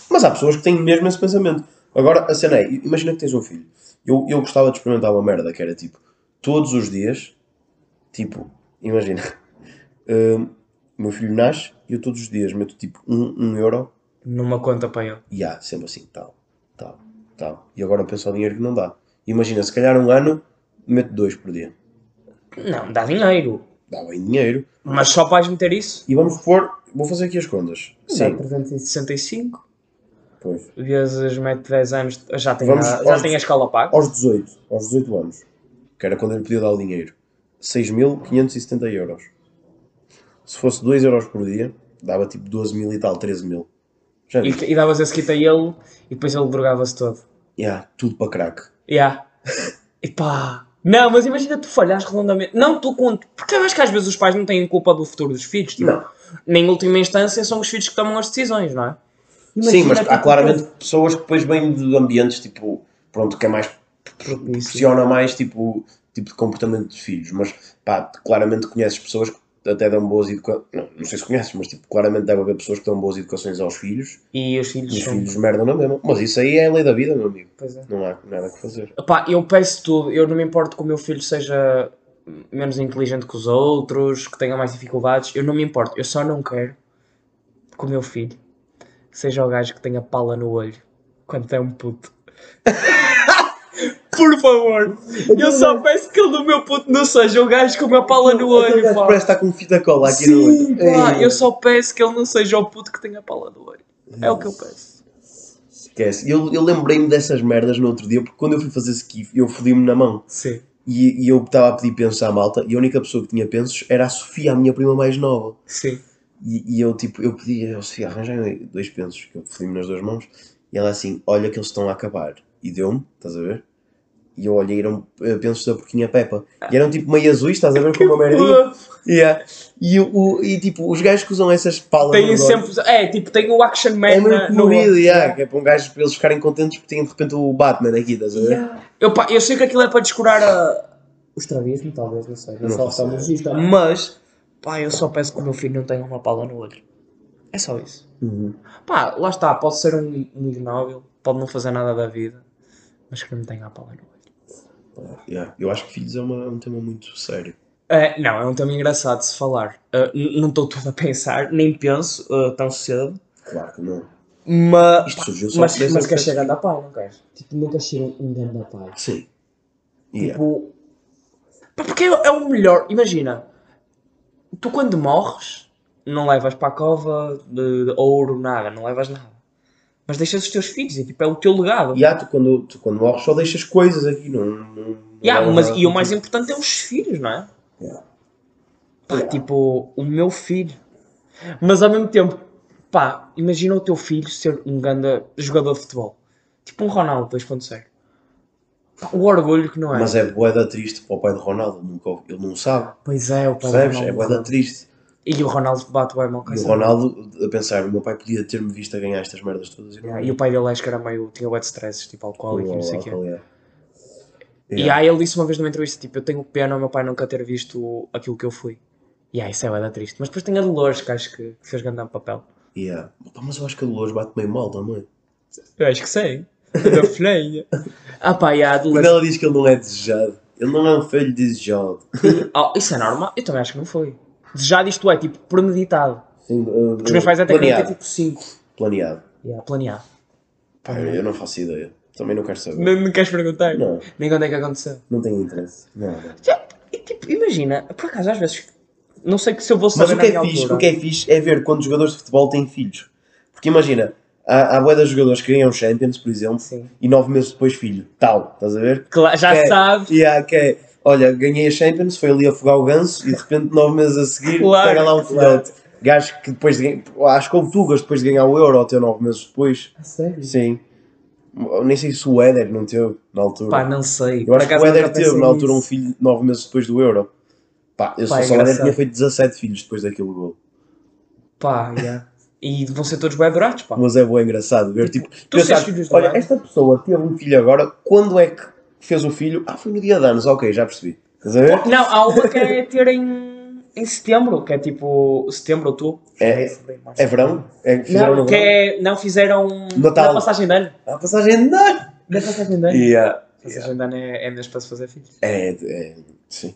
[SPEAKER 2] Mas há pessoas que têm mesmo esse pensamento. Agora, a cena é, imagina que tens um filho. Eu, eu gostava de experimentar uma merda que era tipo, todos os dias, tipo, imagina, hum, meu filho nasce e eu todos os dias meto tipo um, um euro
[SPEAKER 1] Numa conta para ele.
[SPEAKER 2] e há sempre assim, tal, tal, tal. E agora penso ao dinheiro que não dá. Imagina, se calhar um ano, meto dois por dia.
[SPEAKER 1] Não, dá dinheiro.
[SPEAKER 2] Dá bem dinheiro.
[SPEAKER 1] Mas só vais meter isso?
[SPEAKER 2] E vamos pôr, vou fazer aqui as contas.
[SPEAKER 1] Dá 365.
[SPEAKER 2] pois.
[SPEAKER 1] Vezes mete 10 anos, já tem,
[SPEAKER 2] Vamos-
[SPEAKER 1] a, já
[SPEAKER 2] vamos-
[SPEAKER 1] tem a escola paga.
[SPEAKER 2] Aos 18, aos 18 anos, que era quando ele podia dar o dinheiro, 6.570 euros. Se fosse 2 euros por dia, dava tipo 12 mil e tal, 13 mil. Já vi.
[SPEAKER 1] E, e davas esse kit a ele e depois ele drogava-se todo.
[SPEAKER 2] Yeah, tudo para crack.
[SPEAKER 1] Yeah. Epá. Não, mas imagina tu falhas redondamente. Não, tu conto. Porque eu acho que às vezes os pais não têm culpa do futuro dos filhos. Tipo,
[SPEAKER 2] Não.
[SPEAKER 1] Nem última instância são os filhos que tomam as decisões, não é?
[SPEAKER 2] Sim, mas
[SPEAKER 1] tipo,
[SPEAKER 2] há claramente pessoas que depois vêm de ambientes tipo, pronto, que é mais
[SPEAKER 1] propício.
[SPEAKER 2] proporciona mais tipo, tipo de comportamento dos filhos, mas pá, tu claramente conheces pessoas que até dão boas educações, não, não sei se conheces, mas tipo, claramente deve haver pessoas que dão boas educações aos filhos
[SPEAKER 1] E os
[SPEAKER 2] e
[SPEAKER 1] filhos
[SPEAKER 2] os
[SPEAKER 1] são.
[SPEAKER 2] filhos merdam na mesma, mas isso aí é a lei da vida, meu amigo,
[SPEAKER 1] Pois é.
[SPEAKER 2] não há nada que fazer.
[SPEAKER 1] Epá, eu peço tudo, eu não me importo que o meu filho seja menos inteligente que os outros, que tenha mais dificuldades, eu não me importo, eu só não quero que o meu filho seja o gajo que tenha pala no olho quando é um puto. Por favor, eu só peço que ele do meu puto não seja o gajo com uma pala no
[SPEAKER 2] Aquele
[SPEAKER 1] olho,
[SPEAKER 2] gajo
[SPEAKER 1] pá.
[SPEAKER 2] Parece estar com fita cola aqui no
[SPEAKER 1] Sim,
[SPEAKER 2] olho.
[SPEAKER 1] pá,
[SPEAKER 2] Ei,
[SPEAKER 1] eu só peço que ele não seja o puto que tenha pala no olho. É o que eu peço.
[SPEAKER 2] Esquece. Eu, eu lembrei-me dessas merdas no outro dia, porque quando eu fui fazer skiff, eu fodi-me na mão.
[SPEAKER 1] Sim.
[SPEAKER 2] E, e eu estava a pedir pensos à malta, e a única pessoa que tinha pensos era a Sofia, a minha prima mais nova.
[SPEAKER 1] Sim.
[SPEAKER 2] E, e eu tipo, eu pedi, eu Sofia, arranjei dois pensos, que eu fui nas duas mãos, e ela assim, olha que eles estão a acabar. E deu-me, estás a ver? E eu olhei, eram eh, pensos da porquinha Peppa. E eram tipo meio azuis, estás a ver, com uma merdinha. Yeah. E, o- o, e tipo, os gajos que usam essas palas
[SPEAKER 1] Tem
[SPEAKER 2] nos olhos,
[SPEAKER 1] sempre. É, tipo, tem o Action Man
[SPEAKER 2] É
[SPEAKER 1] na-
[SPEAKER 2] meio
[SPEAKER 1] no
[SPEAKER 2] colorido,
[SPEAKER 1] olho.
[SPEAKER 2] yeah, que é para um gajo, para eles ficarem contentes porque têm de repente o Batman aqui, estás a ver?
[SPEAKER 1] Eu, pá, eu sei que aquilo é para descurar a. O estrabismo, talvez, não sei.
[SPEAKER 2] Não só faço oftalmologista.
[SPEAKER 1] Mas, pá, eu só peço que o meu filho não tenha uma pala no olho. É só isso.
[SPEAKER 2] Uhum.
[SPEAKER 1] Pá, lá está, pode ser um, um ignóbil, pode não fazer nada da vida, mas que não tenha a pala no olho.
[SPEAKER 2] Yeah. Eu acho que filhos é uma- um tema muito sério.
[SPEAKER 1] É, não, é um tema engraçado de se falar. É, n- não estou todo a pensar, nem penso é, tão cedo,
[SPEAKER 2] Claro que não.
[SPEAKER 1] mas.
[SPEAKER 2] Isto surgiu só
[SPEAKER 1] Mas,
[SPEAKER 2] por esse
[SPEAKER 1] mas queres
[SPEAKER 2] processo.
[SPEAKER 1] ser ganda pai, não queres? Tipo, nunca ser um, um ganda pai.
[SPEAKER 2] Sim. Yeah.
[SPEAKER 1] Tipo. Pá, porque é, é o melhor. Imagina, tu quando morres, não levas para a cova de, de ouro, nada, não levas nada. Mas deixas os teus filhos, é tipo, é o teu legado.
[SPEAKER 2] E há, tu quando, tu quando morres só deixas coisas aqui, não. não, não
[SPEAKER 1] Yeah,
[SPEAKER 2] leva
[SPEAKER 1] mas,
[SPEAKER 2] nada
[SPEAKER 1] e o
[SPEAKER 2] contigo.
[SPEAKER 1] mais importante é os filhos, não é?
[SPEAKER 2] Yeah.
[SPEAKER 1] Pá, tipo, o meu filho. Mas ao mesmo tempo, pá, imagina o teu filho ser um grande jogador de futebol. Tipo um Ronaldo 2.0. Pá, O orgulho que não é.
[SPEAKER 2] Mas é boeda triste para o pai do Ronaldo, nunca, ouve- ele não sabe,
[SPEAKER 1] Pois é, o pai do
[SPEAKER 2] percebes? É
[SPEAKER 1] Ronaldo.
[SPEAKER 2] boeda triste.
[SPEAKER 1] E o Ronaldo bate bem mal
[SPEAKER 2] E o Ronaldo a pensar, o meu pai podia ter-me visto a ganhar estas merdas todas e não.
[SPEAKER 1] E o pai dele acho que era meio. tinha wet stress, tipo alcoólico e não sei o quê.
[SPEAKER 2] é.
[SPEAKER 1] E aí ele disse uma vez numa entrevista: tipo, eu tenho pena o meu pai nunca ter visto aquilo que eu fui. E aí isso é bada triste. Mas depois tem a Dolores, que acho que, que fez grande papel.
[SPEAKER 2] Yeah. Opa, mas eu acho que a Dolores bate meio mal também.
[SPEAKER 1] Eu acho que sei. Da filha. Ah pá, e a
[SPEAKER 2] Quando
[SPEAKER 1] Dolores.
[SPEAKER 2] ela diz que ele não é desejado, ele não é um filho desejado.
[SPEAKER 1] Oh, isso é normal? Eu também acho que não foi. Desejado isto é tipo premeditado.
[SPEAKER 2] Sim, uh,
[SPEAKER 1] Porque os meus pais até queriam ter
[SPEAKER 2] planeado.
[SPEAKER 1] tipo 5.
[SPEAKER 2] planeado.
[SPEAKER 1] Yeah, planeado.
[SPEAKER 2] Pá, eu não faço ideia. Também não quero saber.
[SPEAKER 1] Não, não queres perguntar?
[SPEAKER 2] Não,
[SPEAKER 1] Nem quando é que aconteceu.
[SPEAKER 2] não tenho interesse. Nada.
[SPEAKER 1] Já, e, tipo, imagina, por acaso às vezes. Não sei que se eu vou
[SPEAKER 2] Mas
[SPEAKER 1] saber
[SPEAKER 2] o que,
[SPEAKER 1] na
[SPEAKER 2] é
[SPEAKER 1] minha
[SPEAKER 2] fixe,
[SPEAKER 1] altura.
[SPEAKER 2] o que é fixe é ver quando os jogadores de futebol têm filhos. Porque imagina, há, há bué de jogadores que ganham Champions, por exemplo,
[SPEAKER 1] Sim.
[SPEAKER 2] e nove meses depois filho. Tal, estás a ver?
[SPEAKER 1] Cla- já
[SPEAKER 2] Que é-
[SPEAKER 1] sabes.
[SPEAKER 2] E há que é, olha, ganhei a Champions, foi ali afogar o ganso e de repente nove meses a seguir
[SPEAKER 1] Claro,
[SPEAKER 2] pega lá um
[SPEAKER 1] claro.
[SPEAKER 2] filhote. Gajo que depois de ganhar, acho que houve Tugas depois de ganhar o Euro ou teu nove meses depois.
[SPEAKER 1] sério?
[SPEAKER 2] Sim. Eu Nem sei se o Éder não teve na altura.
[SPEAKER 1] Pá, não sei.
[SPEAKER 2] eu
[SPEAKER 1] Por
[SPEAKER 2] acho que
[SPEAKER 1] acaso
[SPEAKER 2] o
[SPEAKER 1] nunca
[SPEAKER 2] Éder
[SPEAKER 1] pensei
[SPEAKER 2] teve na altura um
[SPEAKER 1] nisso.
[SPEAKER 2] filho nove meses depois do Euro. Pá,
[SPEAKER 1] Pá,
[SPEAKER 2] eu só
[SPEAKER 1] é
[SPEAKER 2] só o Éder
[SPEAKER 1] engraçado.
[SPEAKER 2] tinha feito 17 filhos depois daquele gol.
[SPEAKER 1] Pá, yeah. E vão ser todos bem adorados, pá.
[SPEAKER 2] Mas é bom, engraçado ver, tipo,
[SPEAKER 1] tu
[SPEAKER 2] pensar,
[SPEAKER 1] tens filhos, não
[SPEAKER 2] olha,
[SPEAKER 1] é?
[SPEAKER 2] esta pessoa teve um filho agora, quando é que fez o filho? Ah, foi no dia de anos, ok, já percebi. Estás a ver?
[SPEAKER 1] Não, há uma que é ter em, em setembro, que é tipo setembro, outubro.
[SPEAKER 2] É-
[SPEAKER 1] Fevereiro, março.
[SPEAKER 2] É verão? É que fizeram
[SPEAKER 1] Não,
[SPEAKER 2] no
[SPEAKER 1] que
[SPEAKER 2] verão?
[SPEAKER 1] é, não fizeram
[SPEAKER 2] Natal.
[SPEAKER 1] na passagem de ano.
[SPEAKER 2] A passagem de ano!
[SPEAKER 1] Na passagem de ano.
[SPEAKER 2] Yeah.
[SPEAKER 1] Passagem de ano é, é mesmo para se fazer filhos.
[SPEAKER 2] É, é, sim.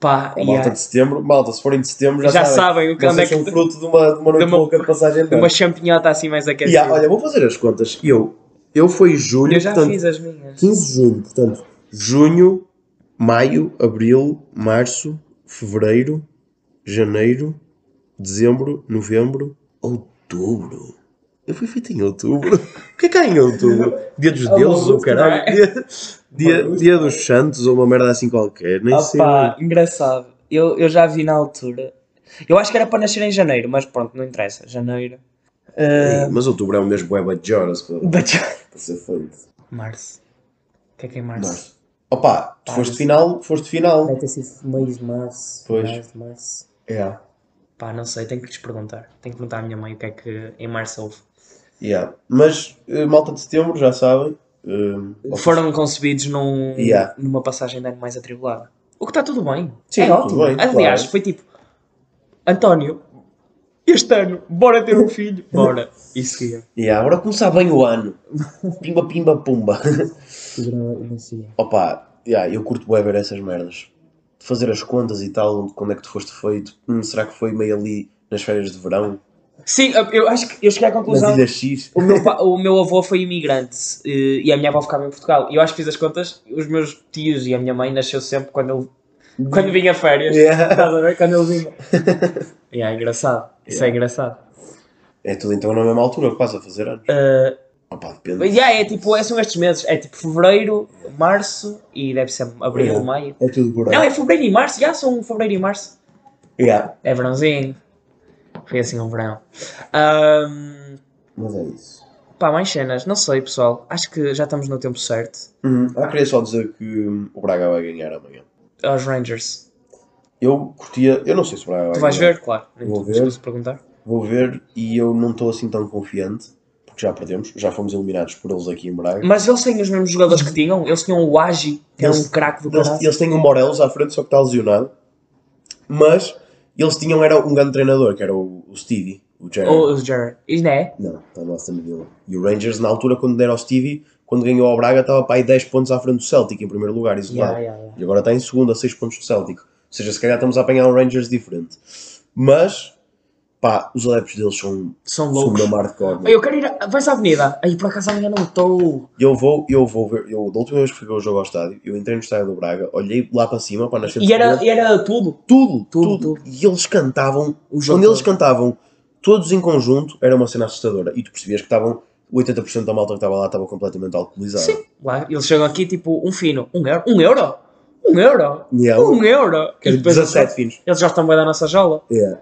[SPEAKER 1] Pá,
[SPEAKER 2] A
[SPEAKER 1] yeah.
[SPEAKER 2] malta de setembro, malta, se forem de setembro já,
[SPEAKER 1] é. já, sabem o que onde é
[SPEAKER 2] Vocês
[SPEAKER 1] que.
[SPEAKER 2] são um fruto de uma, de uma noite
[SPEAKER 1] de uma-
[SPEAKER 2] louca de passagem de
[SPEAKER 1] de
[SPEAKER 2] ano.
[SPEAKER 1] Uma champinhota assim mais aquecida.
[SPEAKER 2] Yeah, olha, vou fazer as contas. Eu, eu foi julho,
[SPEAKER 1] eu já
[SPEAKER 2] portanto,
[SPEAKER 1] fiz as minhas.
[SPEAKER 2] 15 de junho, portanto, junho, maio, abril, março, fevereiro, janeiro, dezembro, novembro, outubro. Eu fui feito em outubro. O que é que há em outubro? Dia dos
[SPEAKER 1] Ah,
[SPEAKER 2] deuses ou
[SPEAKER 1] outubro,
[SPEAKER 2] caralho?
[SPEAKER 1] não é?
[SPEAKER 2] Dia, dia, dia dos santos ou uma merda assim qualquer, nem sei.
[SPEAKER 1] Opa, engraçado. Eu, eu já vi na altura. Eu acho que era para nascer em janeiro, mas pronto, não interessa. Janeiro. Ah,
[SPEAKER 2] Mas outubro é o mesmo web de horas para
[SPEAKER 1] bateu-
[SPEAKER 2] para ser feito.
[SPEAKER 1] Março. O que é que é março?
[SPEAKER 2] Março. Opa, tu foste final, foste final.
[SPEAKER 1] Deve ter sido meio de março.
[SPEAKER 2] Pois.
[SPEAKER 1] finais de março.
[SPEAKER 2] É.
[SPEAKER 1] Pá, não sei, tenho que lhes perguntar. Tenho que perguntar à minha mãe o que é que em março houve.
[SPEAKER 2] Yeah. Mas eh, malta de setembro, já sabem. eh,
[SPEAKER 1] Foram concebidos num-
[SPEAKER 2] Yeah.
[SPEAKER 1] numa passagem de ano mais atribulada. O que está tudo bem.
[SPEAKER 2] Sim,
[SPEAKER 1] é
[SPEAKER 2] tudo
[SPEAKER 1] ótimo.
[SPEAKER 2] bem,
[SPEAKER 1] Aliás,
[SPEAKER 2] claro.
[SPEAKER 1] foi tipo: António, este ano, bora ter um filho. Bora. Isso que é.
[SPEAKER 2] yeah, agora começar bem o ano. Pimba, pimba, pumba. Opa, yeah, eu curto bué ver essas merdas. De fazer as contas e tal, onde- quando é que tu foste feito. Hum, será que foi meio ali nas férias de verão?
[SPEAKER 1] Sim, eu acho que eu cheguei à
[SPEAKER 2] Nas
[SPEAKER 1] conclusão.
[SPEAKER 2] ilhas X?
[SPEAKER 1] O meu, pa- o meu avô foi imigrante eh, e a minha avó ficava em Portugal. E eu acho que fiz as contas, os meus tios e a minha mãe nasceu sempre quando ele quando vinha férias.
[SPEAKER 2] Yeah.
[SPEAKER 1] Estás a ver? Quando ele vinha. E é engraçado. Isso é engraçado.
[SPEAKER 2] É tudo então na mesma altura, quase a fazer anos.
[SPEAKER 1] Eh,
[SPEAKER 2] Opa, depende.
[SPEAKER 1] Mas yeah, é tipo, é- são estes meses. É tipo fevereiro, março e deve ser abril,
[SPEAKER 2] Yeah.
[SPEAKER 1] maio.
[SPEAKER 2] É tudo por aí.
[SPEAKER 1] Não, é fevereiro e março. Já são fevereiro e março.
[SPEAKER 2] Yeah,
[SPEAKER 1] É verãozinho. Foi assim um verão. Ahm,
[SPEAKER 2] mas é isso.
[SPEAKER 1] pá, mais cenas. Não sei, pessoal. Acho que já estamos no tempo certo.
[SPEAKER 2] Uhum. Ah, queria só dizer que hum, o Braga vai ganhar amanhã.
[SPEAKER 1] Aos Rangers.
[SPEAKER 2] Eu curtia, eu não sei se o Braga vai
[SPEAKER 1] Tu vais
[SPEAKER 2] ganhar.
[SPEAKER 1] ver, claro. Nem
[SPEAKER 2] Vou
[SPEAKER 1] tu
[SPEAKER 2] ver.
[SPEAKER 1] esqueces de perguntar.
[SPEAKER 2] Vou ver e eu não estou assim tão confiante, porque já perdemos, já fomos eliminados por eles aqui em Braga.
[SPEAKER 1] Mas eles têm os mesmos jogadores que tinham. Eles tinham o Agi, que era um
[SPEAKER 2] Eles-
[SPEAKER 1] craque do
[SPEAKER 2] Eles,
[SPEAKER 1] caralho.
[SPEAKER 2] eles têm o Morelos à frente, só que está lesionado. Mas eles tinham era um grande treinador, que era o, o Stevie, o Gerrard.
[SPEAKER 1] Ou o Jared. E não é?
[SPEAKER 2] Não, tá está no Aston Villa. E o Rangers, na altura, quando deram ao Stevie, quando ganhou ao Braga, estava para aí 10 pontos à frente do Celtic, em primeiro lugar, isolado.
[SPEAKER 1] Yeah, yeah, yeah.
[SPEAKER 2] E agora está em segundo, a 6 pontos do Celtic. Ou seja, se calhar estamos a apanhar um Rangers diferente. Mas, pá, os adeptos deles são,
[SPEAKER 1] São
[SPEAKER 2] são
[SPEAKER 1] loucos.
[SPEAKER 2] uma né? mar de cor, meu.
[SPEAKER 1] Eu quero ir. A... Vais à avenida. Aí por acaso amanhã não estou.
[SPEAKER 2] E Eu vou, eu vou ver, eu, da última vez que fui ver o jogo ao estádio, eu entrei no estádio do Braga, olhei lá para cima, para nascer
[SPEAKER 1] E era, e era tudo.
[SPEAKER 2] tudo,
[SPEAKER 1] Tudo,
[SPEAKER 2] tudo,
[SPEAKER 1] tudo.
[SPEAKER 2] E eles cantavam,
[SPEAKER 1] O jogo
[SPEAKER 2] quando eles
[SPEAKER 1] todo.
[SPEAKER 2] cantavam todos em conjunto, era uma cena assustadora. E tu percebias que estavam, 80% da malta que estava lá estava completamente alcoolizada.
[SPEAKER 1] Sim. Lá, eles chegam aqui tipo um fino. Um euro. Um euro? Um euro?
[SPEAKER 2] Yeah,
[SPEAKER 1] Um euro? E depois eles-
[SPEAKER 2] 17 fins.
[SPEAKER 1] Eles já estão bem da nossa jaula.
[SPEAKER 2] Yeah.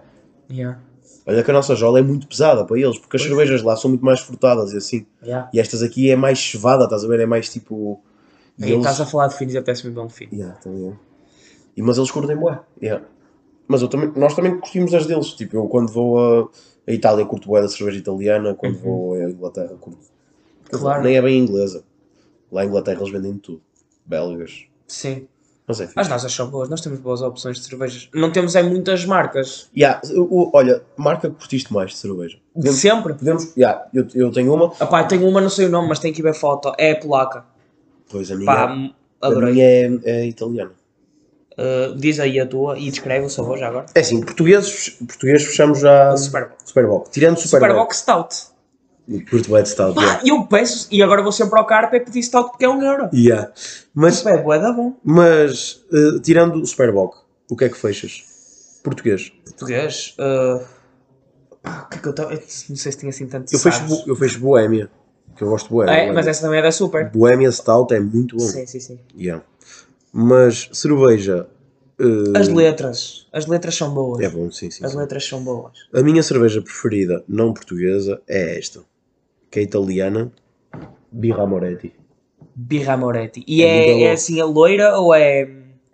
[SPEAKER 1] Yeah.
[SPEAKER 2] É. Olha que a nossa jola é muito pesada para eles, porque as
[SPEAKER 1] Pois.
[SPEAKER 2] cervejas lá são muito mais frutadas e assim.
[SPEAKER 1] Yeah.
[SPEAKER 2] E estas aqui é mais chevada, estás a ver? É mais tipo. E
[SPEAKER 1] Aí estás a falar de finos e apetece-me bem um fino.
[SPEAKER 2] Yeah, também é. E, mas eles curtem bué. Yeah. Mas eu também, nós também curtimos as deles. Tipo, eu quando vou a, a Itália curto bué da cerveja italiana, quando
[SPEAKER 1] Uhum.
[SPEAKER 2] vou à Inglaterra curto. Quer dizer,
[SPEAKER 1] Claro.
[SPEAKER 2] Nem é bem inglesa. Lá em Inglaterra eles vendem tudo. Belgas.
[SPEAKER 1] Sim.
[SPEAKER 2] Mas é fixe.
[SPEAKER 1] As nossas são boas. Nós temos boas opções de cervejas. Não temos é muitas marcas.
[SPEAKER 2] Yeah, o- o- olha, marca que curtiste mais de cerveja.
[SPEAKER 1] De
[SPEAKER 2] Podemos.
[SPEAKER 1] sempre.
[SPEAKER 2] podemos yeah, eu, eu tenho uma.
[SPEAKER 1] Apá, eu tenho uma, não sei o nome, mas tem que ir ver foto. É polaca.
[SPEAKER 2] Pois a minha,
[SPEAKER 1] Pá,
[SPEAKER 2] a
[SPEAKER 1] m- adorei.
[SPEAKER 2] minha é, é italiana.
[SPEAKER 1] Uh, diz aí a tua e descreve o sabor já agora.
[SPEAKER 2] É assim, portugueses, português fechamos já.
[SPEAKER 1] Super Bock.
[SPEAKER 2] Superboc. Tirando
[SPEAKER 1] Super
[SPEAKER 2] Superboc.
[SPEAKER 1] Bock Stout.
[SPEAKER 2] Superboc. Curto bué de stout.
[SPEAKER 1] Pá,
[SPEAKER 2] yeah.
[SPEAKER 1] eu peço, e agora vou sempre ao carpa e pedir Stout porque é um euro.
[SPEAKER 2] Yeah. Mas
[SPEAKER 1] Isso é bué da bom.
[SPEAKER 2] Mas, eh, tirando o Superboc, o que é que fechas? Português.
[SPEAKER 1] Português. uh, pá, o que é que eu tava- eu Não sei se tinha assim tanto
[SPEAKER 2] Eu
[SPEAKER 1] sabes.
[SPEAKER 2] fecho, bo- eu fecho Boémia, que eu gosto de Boémia.
[SPEAKER 1] É, mas essa também é da Super.
[SPEAKER 2] Boémia Stout é muito bom.
[SPEAKER 1] Sim, sim, sim.
[SPEAKER 2] Yeah. Mas cerveja... eh,
[SPEAKER 1] As letras. As letras são boas.
[SPEAKER 2] É bom, sim, sim.
[SPEAKER 1] As
[SPEAKER 2] sim.
[SPEAKER 1] letras são boas.
[SPEAKER 2] A minha cerveja preferida, não portuguesa, é esta. Que é italiana. Birra Moretti.
[SPEAKER 1] Birra Moretti. E
[SPEAKER 2] É
[SPEAKER 1] é,
[SPEAKER 2] muito
[SPEAKER 1] é
[SPEAKER 2] boa.
[SPEAKER 1] assim, é loira ou é.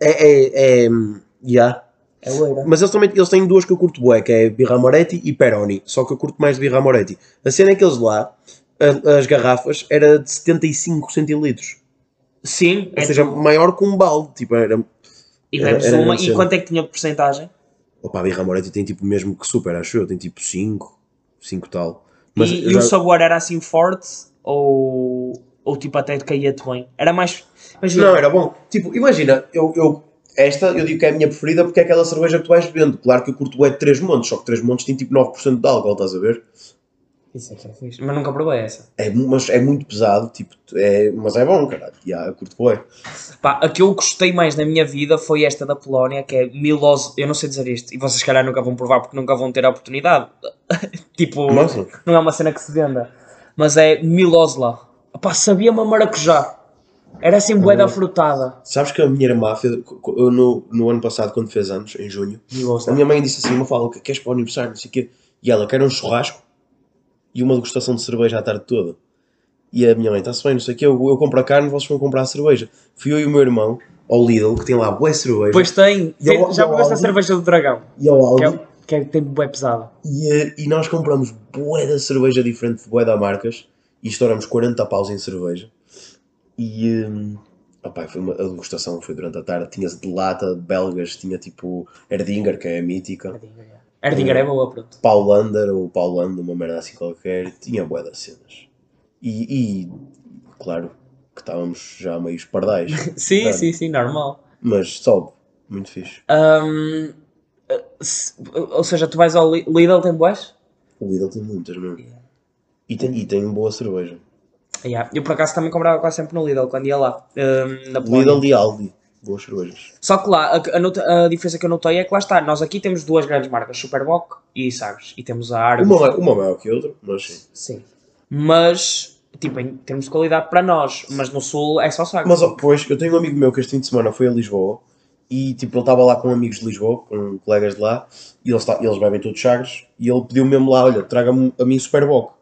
[SPEAKER 2] É... é, é hum, yeah.
[SPEAKER 1] É loira?
[SPEAKER 2] Mas eles, também, eles têm duas que eu curto bué, que é Birra Moretti e Peroni. Só que eu curto mais de Birra Moretti. A cena é que eles lá, a- as garrafas, era de 75 centilitros.
[SPEAKER 1] Sim.
[SPEAKER 2] Ou
[SPEAKER 1] é
[SPEAKER 2] seja,
[SPEAKER 1] tudo.
[SPEAKER 2] maior que um balde. Tipo, era...
[SPEAKER 1] e
[SPEAKER 2] era-
[SPEAKER 1] bebes
[SPEAKER 2] era
[SPEAKER 1] uma.
[SPEAKER 2] grande
[SPEAKER 1] E
[SPEAKER 2] cena.
[SPEAKER 1] quanto é que tinha de porcentagem?
[SPEAKER 2] Opa, a Birra Moretti tem tipo mesmo que super, acho eu. Tem tipo 5, 5 tal. Mas
[SPEAKER 1] e
[SPEAKER 2] eu
[SPEAKER 1] e
[SPEAKER 2] já-
[SPEAKER 1] o sabor era assim forte ou, ou tipo até caía-te bem? Era mais. Imagina,
[SPEAKER 2] Não, era bom. Tipo, imagina, eu... eu- Esta eu digo que é a minha preferida porque é aquela cerveja que tu vais bebendo. Claro que eu curto é de 3 montes, só que 3 montes tem tipo 9% de álcool, estás a ver?
[SPEAKER 1] Isso é que é fixe. Mas nunca provei essa.
[SPEAKER 2] É, mu- mas é muito pesado, tipo, é, mas é bom, caralho. Yeah, eu curto bué.
[SPEAKER 1] Pá, a que eu gostei mais na minha vida foi esta da Polónia, que é Milos. Eu não sei dizer isto, e vocês se calhar nunca vão provar porque nunca vão ter a oportunidade. tipo,
[SPEAKER 2] Nossa.
[SPEAKER 1] não é uma cena que se venda. Mas é Milosla. Pá, sabia-me a maracujá. Era assim
[SPEAKER 2] Uhum.
[SPEAKER 1] boeda frutada.
[SPEAKER 2] Sabes que a minha irmã, fez- co- co- eu no, no ano passado, quando fez anos, em junho, a
[SPEAKER 1] Milosla.
[SPEAKER 2] minha mãe disse assim: uma fala, o que queres para o aniversário? Não sei o quê. E ela quer um churrasco e uma degustação de cerveja à tarde toda. E a minha mãe, está-se bem, não sei o quê, eu, eu compro a carne, vocês vão comprar a cerveja. Fui eu e o meu irmão ao Lidl, que tem lá boa cerveja,
[SPEAKER 1] Pois tem.
[SPEAKER 2] E eu-
[SPEAKER 1] Já
[SPEAKER 2] eu-
[SPEAKER 1] provaste a
[SPEAKER 2] eu-
[SPEAKER 1] cerveja do dragão.
[SPEAKER 2] e ao Aldi,
[SPEAKER 1] Que é- que é, tem bué pesado.
[SPEAKER 2] E, eh, e nós compramos bué da cerveja diferente de bué da marcas e estouramos 40 paus em cerveja. E hum, opá, foi uma, a degustação foi durante a tarde. Tinha de lata, belgas, tinha tipo Erdinger, que é a mítica,
[SPEAKER 1] Erdinger, é. Erdinger é boa, pronto.
[SPEAKER 2] Paulander ou Paulando, uma merda assim qualquer. Tinha bué das cenas. E, e, claro que estávamos já meio pardais,
[SPEAKER 1] Sim,
[SPEAKER 2] Claro.
[SPEAKER 1] sim, sim, normal.
[SPEAKER 2] mas sobe, muito fixe.
[SPEAKER 1] Ahm, eh, se- ou seja, tu vais ao Li- Lidl, tem boés?
[SPEAKER 2] O Lidl tem muitas mesmo. E tem, e tem boa cerveja.
[SPEAKER 1] Yeah. Eu por acaso também comprava quase sempre no Lidl quando ia lá. ahm, na Polónia.
[SPEAKER 2] Lidl e Aldi, boas cervejas.
[SPEAKER 1] Só que lá, a, a nota- a diferença que eu notei é que lá está, nós aqui temos duas grandes marcas, Superboc e Sagres, e temos a Argos.
[SPEAKER 2] Uma, mai- uma maior que a outra, mas sim.
[SPEAKER 1] Sim. Mas, tipo, em termos de qualidade para nós, mas no Sul é só Sagres.
[SPEAKER 2] Mas ó, pois, eu tenho um amigo meu que este fim de semana foi a Lisboa e tipo, ele estava lá com amigos de Lisboa, com colegas de lá, e eles, ta- eles bebem todos Chagas, e ele pediu mesmo lá, olha, traga-me a mim Superboc.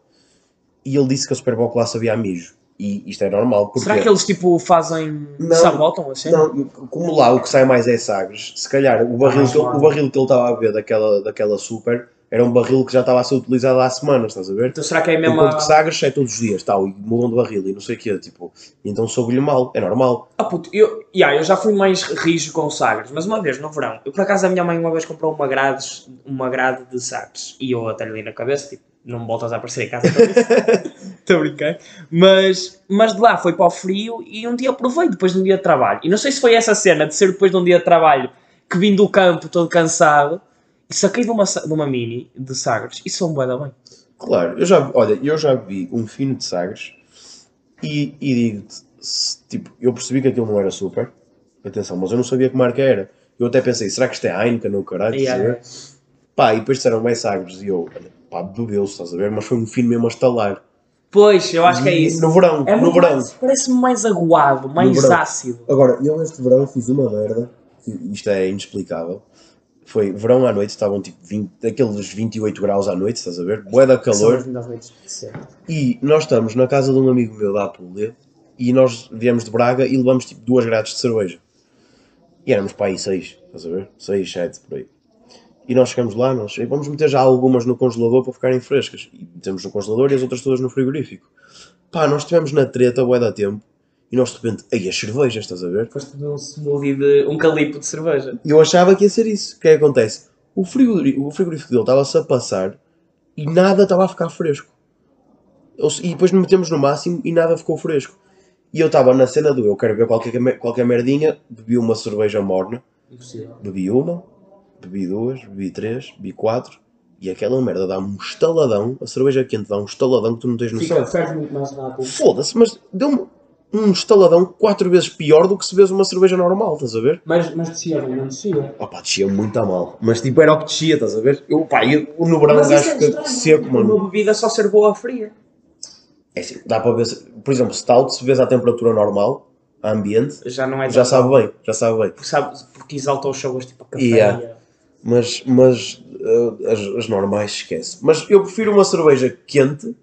[SPEAKER 2] E ele disse que a Superboc lá sabia a mijo. E isto é normal, porque...
[SPEAKER 1] Será que eles, tipo, fazem...
[SPEAKER 2] Não.
[SPEAKER 1] sabotam assim?
[SPEAKER 2] Não, como lá o que sai mais é Sagres, se calhar o barril,
[SPEAKER 1] Ah,
[SPEAKER 2] que, ele-
[SPEAKER 1] claro.
[SPEAKER 2] o barril que ele estava a ver daquela, daquela Super era um barril que já estava a ser utilizado há semanas, estás a ver?
[SPEAKER 1] Então será que é mesmo
[SPEAKER 2] Enquanto
[SPEAKER 1] a...
[SPEAKER 2] que Sagres sai todos os dias, tal, e mudam de barril e não sei o quê, tipo... Então soube-lhe mal, é normal.
[SPEAKER 1] Ah, puto, eu, yeah, eu já fui mais rijo com Sagres, mas uma vez, no verão, eu por acaso a minha mãe uma vez comprou uma grade, uma grade de Sagres, e eu até ali na cabeça, tipo, não me voltas a aparecer em casa com isso. Estou a brincar. Mas, mas de lá foi para o frio e um dia aprovei depois de um dia de trabalho. E não sei se foi essa cena de ser depois de um dia de trabalho que vim do campo todo cansado e saquei de uma, sa- de uma mini de Sagres e sou um bué da bem.
[SPEAKER 2] Claro, eu já, olha, eu já vi um fino de Sagres e, e digo-te, se, tipo, eu percebi que aquilo não era super, atenção, mas eu não sabia que marca era. Eu até pensei, será que isto é Heineken ou caralho? estás a ver?
[SPEAKER 1] Yeah.
[SPEAKER 2] Pá, e depois disseram mais Sagres e eu, olha, pá, bebeu-se, estás a ver? Mas foi um fino mesmo a estalar.
[SPEAKER 1] Pois, eu acho que é
[SPEAKER 2] E
[SPEAKER 1] isso.
[SPEAKER 2] No verão,
[SPEAKER 1] É
[SPEAKER 2] no
[SPEAKER 1] muito
[SPEAKER 2] verão.
[SPEAKER 1] mais- Parece-me mais aguado, mais
[SPEAKER 2] verão.
[SPEAKER 1] ácido.
[SPEAKER 2] Agora, eu este verão fiz uma merda, e isto é inexplicável. Foi verão à noite, estavam tipo 20, aqueles 28 graus à noite, estás a ver? Bué da calor.
[SPEAKER 1] São as melhores noites de sempre.
[SPEAKER 2] E nós estamos na casa de um amigo meu da Apulia e nós viemos de Braga e levamos tipo duas grades de cerveja. E éramos para aí seis, estás a ver? Seis, sete, por aí. E nós chegamos lá, nós "Ei, vamos meter já algumas no congelador para ficarem frescas. E metemos no congelador e as outras todas no frigorífico. Pá, nós estivemos na treta, bué da tempo, e nós de repente, ei, as cervejas, estás a ver?
[SPEAKER 1] Foste de um smoothie de um calipo de cerveja.
[SPEAKER 2] E eu achava que ia ser isso. O que é que acontece? O frigorífico, o frigorífico dele estava-se a passar e nada estava a ficar fresco. Ou se- E depois metemos no máximo e nada ficou fresco. E eu estava na cena do eu quero ver qualquer, me- qualquer merdinha, bebi uma cerveja morna,
[SPEAKER 1] Impossível.
[SPEAKER 2] bebi uma, bebi duas, bebi três, bebi quatro, e aquela merda dá um estaladão, a cerveja quente dá um estaladão que tu não tens noção.
[SPEAKER 1] Fica, perde muito mais rápido.
[SPEAKER 2] Foda-se, mas deu-me um estaladão quatro vezes pior do que se vês uma cerveja normal, estás a ver?
[SPEAKER 1] Mas, mas descia, bem, não descia.
[SPEAKER 2] Opa, descia muito a mal. Mas tipo, era o que descia, estás a ver? Eu, pá, eu, no verão o um gajo fica seco, mano.
[SPEAKER 1] é Uma bebida só ser boa fria.
[SPEAKER 2] É assim, dá para ver, se- por exemplo, stout, se vês à temperatura normal, a ambiente,
[SPEAKER 1] Já não é
[SPEAKER 2] já
[SPEAKER 1] tão-
[SPEAKER 2] sabe bem, já sabe bem.
[SPEAKER 1] Porque, sabe, porque exalta os sabores tipo a café.
[SPEAKER 2] Yeah.
[SPEAKER 1] e a-
[SPEAKER 2] Mas, mas eh, as, as normais esquece. Mas eu prefiro uma cerveja quente,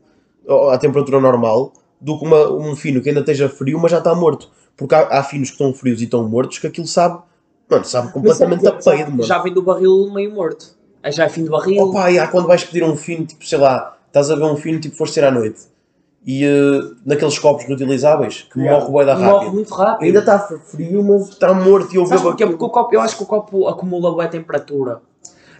[SPEAKER 2] ó, à temperatura normal, do que uma, um fino que ainda esteja frio, mas já está morto. Porque há, há finos que estão frios e estão mortos que aquilo sabe, mano, sabe completamente a
[SPEAKER 1] Mas sabe que
[SPEAKER 2] peido, mano.
[SPEAKER 1] Já vem do barril meio morto. Aí Já é fim de barril.
[SPEAKER 2] Opa, e há quando vais pedir um fino, tipo, sei lá, estás a ver um fino, tipo, foste ter à noite. E eh, naqueles copos reutilizáveis, que
[SPEAKER 1] Yeah.
[SPEAKER 2] morre o boi da
[SPEAKER 1] Morre
[SPEAKER 2] rápido.
[SPEAKER 1] muito rápido. tá
[SPEAKER 2] Ainda está frio, mas está morto e eu
[SPEAKER 1] Sabes
[SPEAKER 2] bebo
[SPEAKER 1] porquê?
[SPEAKER 2] aquilo.
[SPEAKER 1] Porque o copo, eu acho que o copo acumula boa temperatura.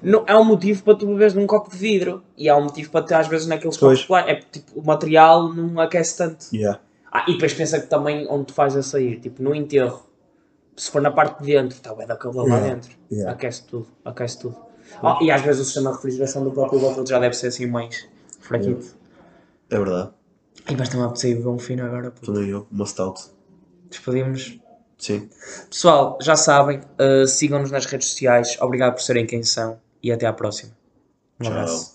[SPEAKER 1] Não, há um motivo para tu beberes num copo de vidro. E há um motivo para ter às vezes naqueles
[SPEAKER 2] Pois.
[SPEAKER 1] copos plásticos. É porque tipo, o material não aquece tanto.
[SPEAKER 2] Yeah.
[SPEAKER 1] Ah, e depois pensa que também onde tu fazes a sair, tipo no enterro, se for na parte de dentro, está bem da calor lá
[SPEAKER 2] Yeah,
[SPEAKER 1] dentro.
[SPEAKER 2] yeah.
[SPEAKER 1] Aquece tudo, aquece tudo. Ah, e às vezes o sistema de refrigeração do próprio barril já deve ser assim mais fraquito.
[SPEAKER 2] É verdade,
[SPEAKER 1] E basta me apetecer beber um fino agora, pô.
[SPEAKER 2] também eu, uma stout.
[SPEAKER 1] Despedimos.
[SPEAKER 2] Sim.
[SPEAKER 1] Pessoal, já sabem, eh, sigam-nos nas redes sociais. Obrigado por serem quem são e até à próxima. Um
[SPEAKER 2] Tchau.
[SPEAKER 1] abraço.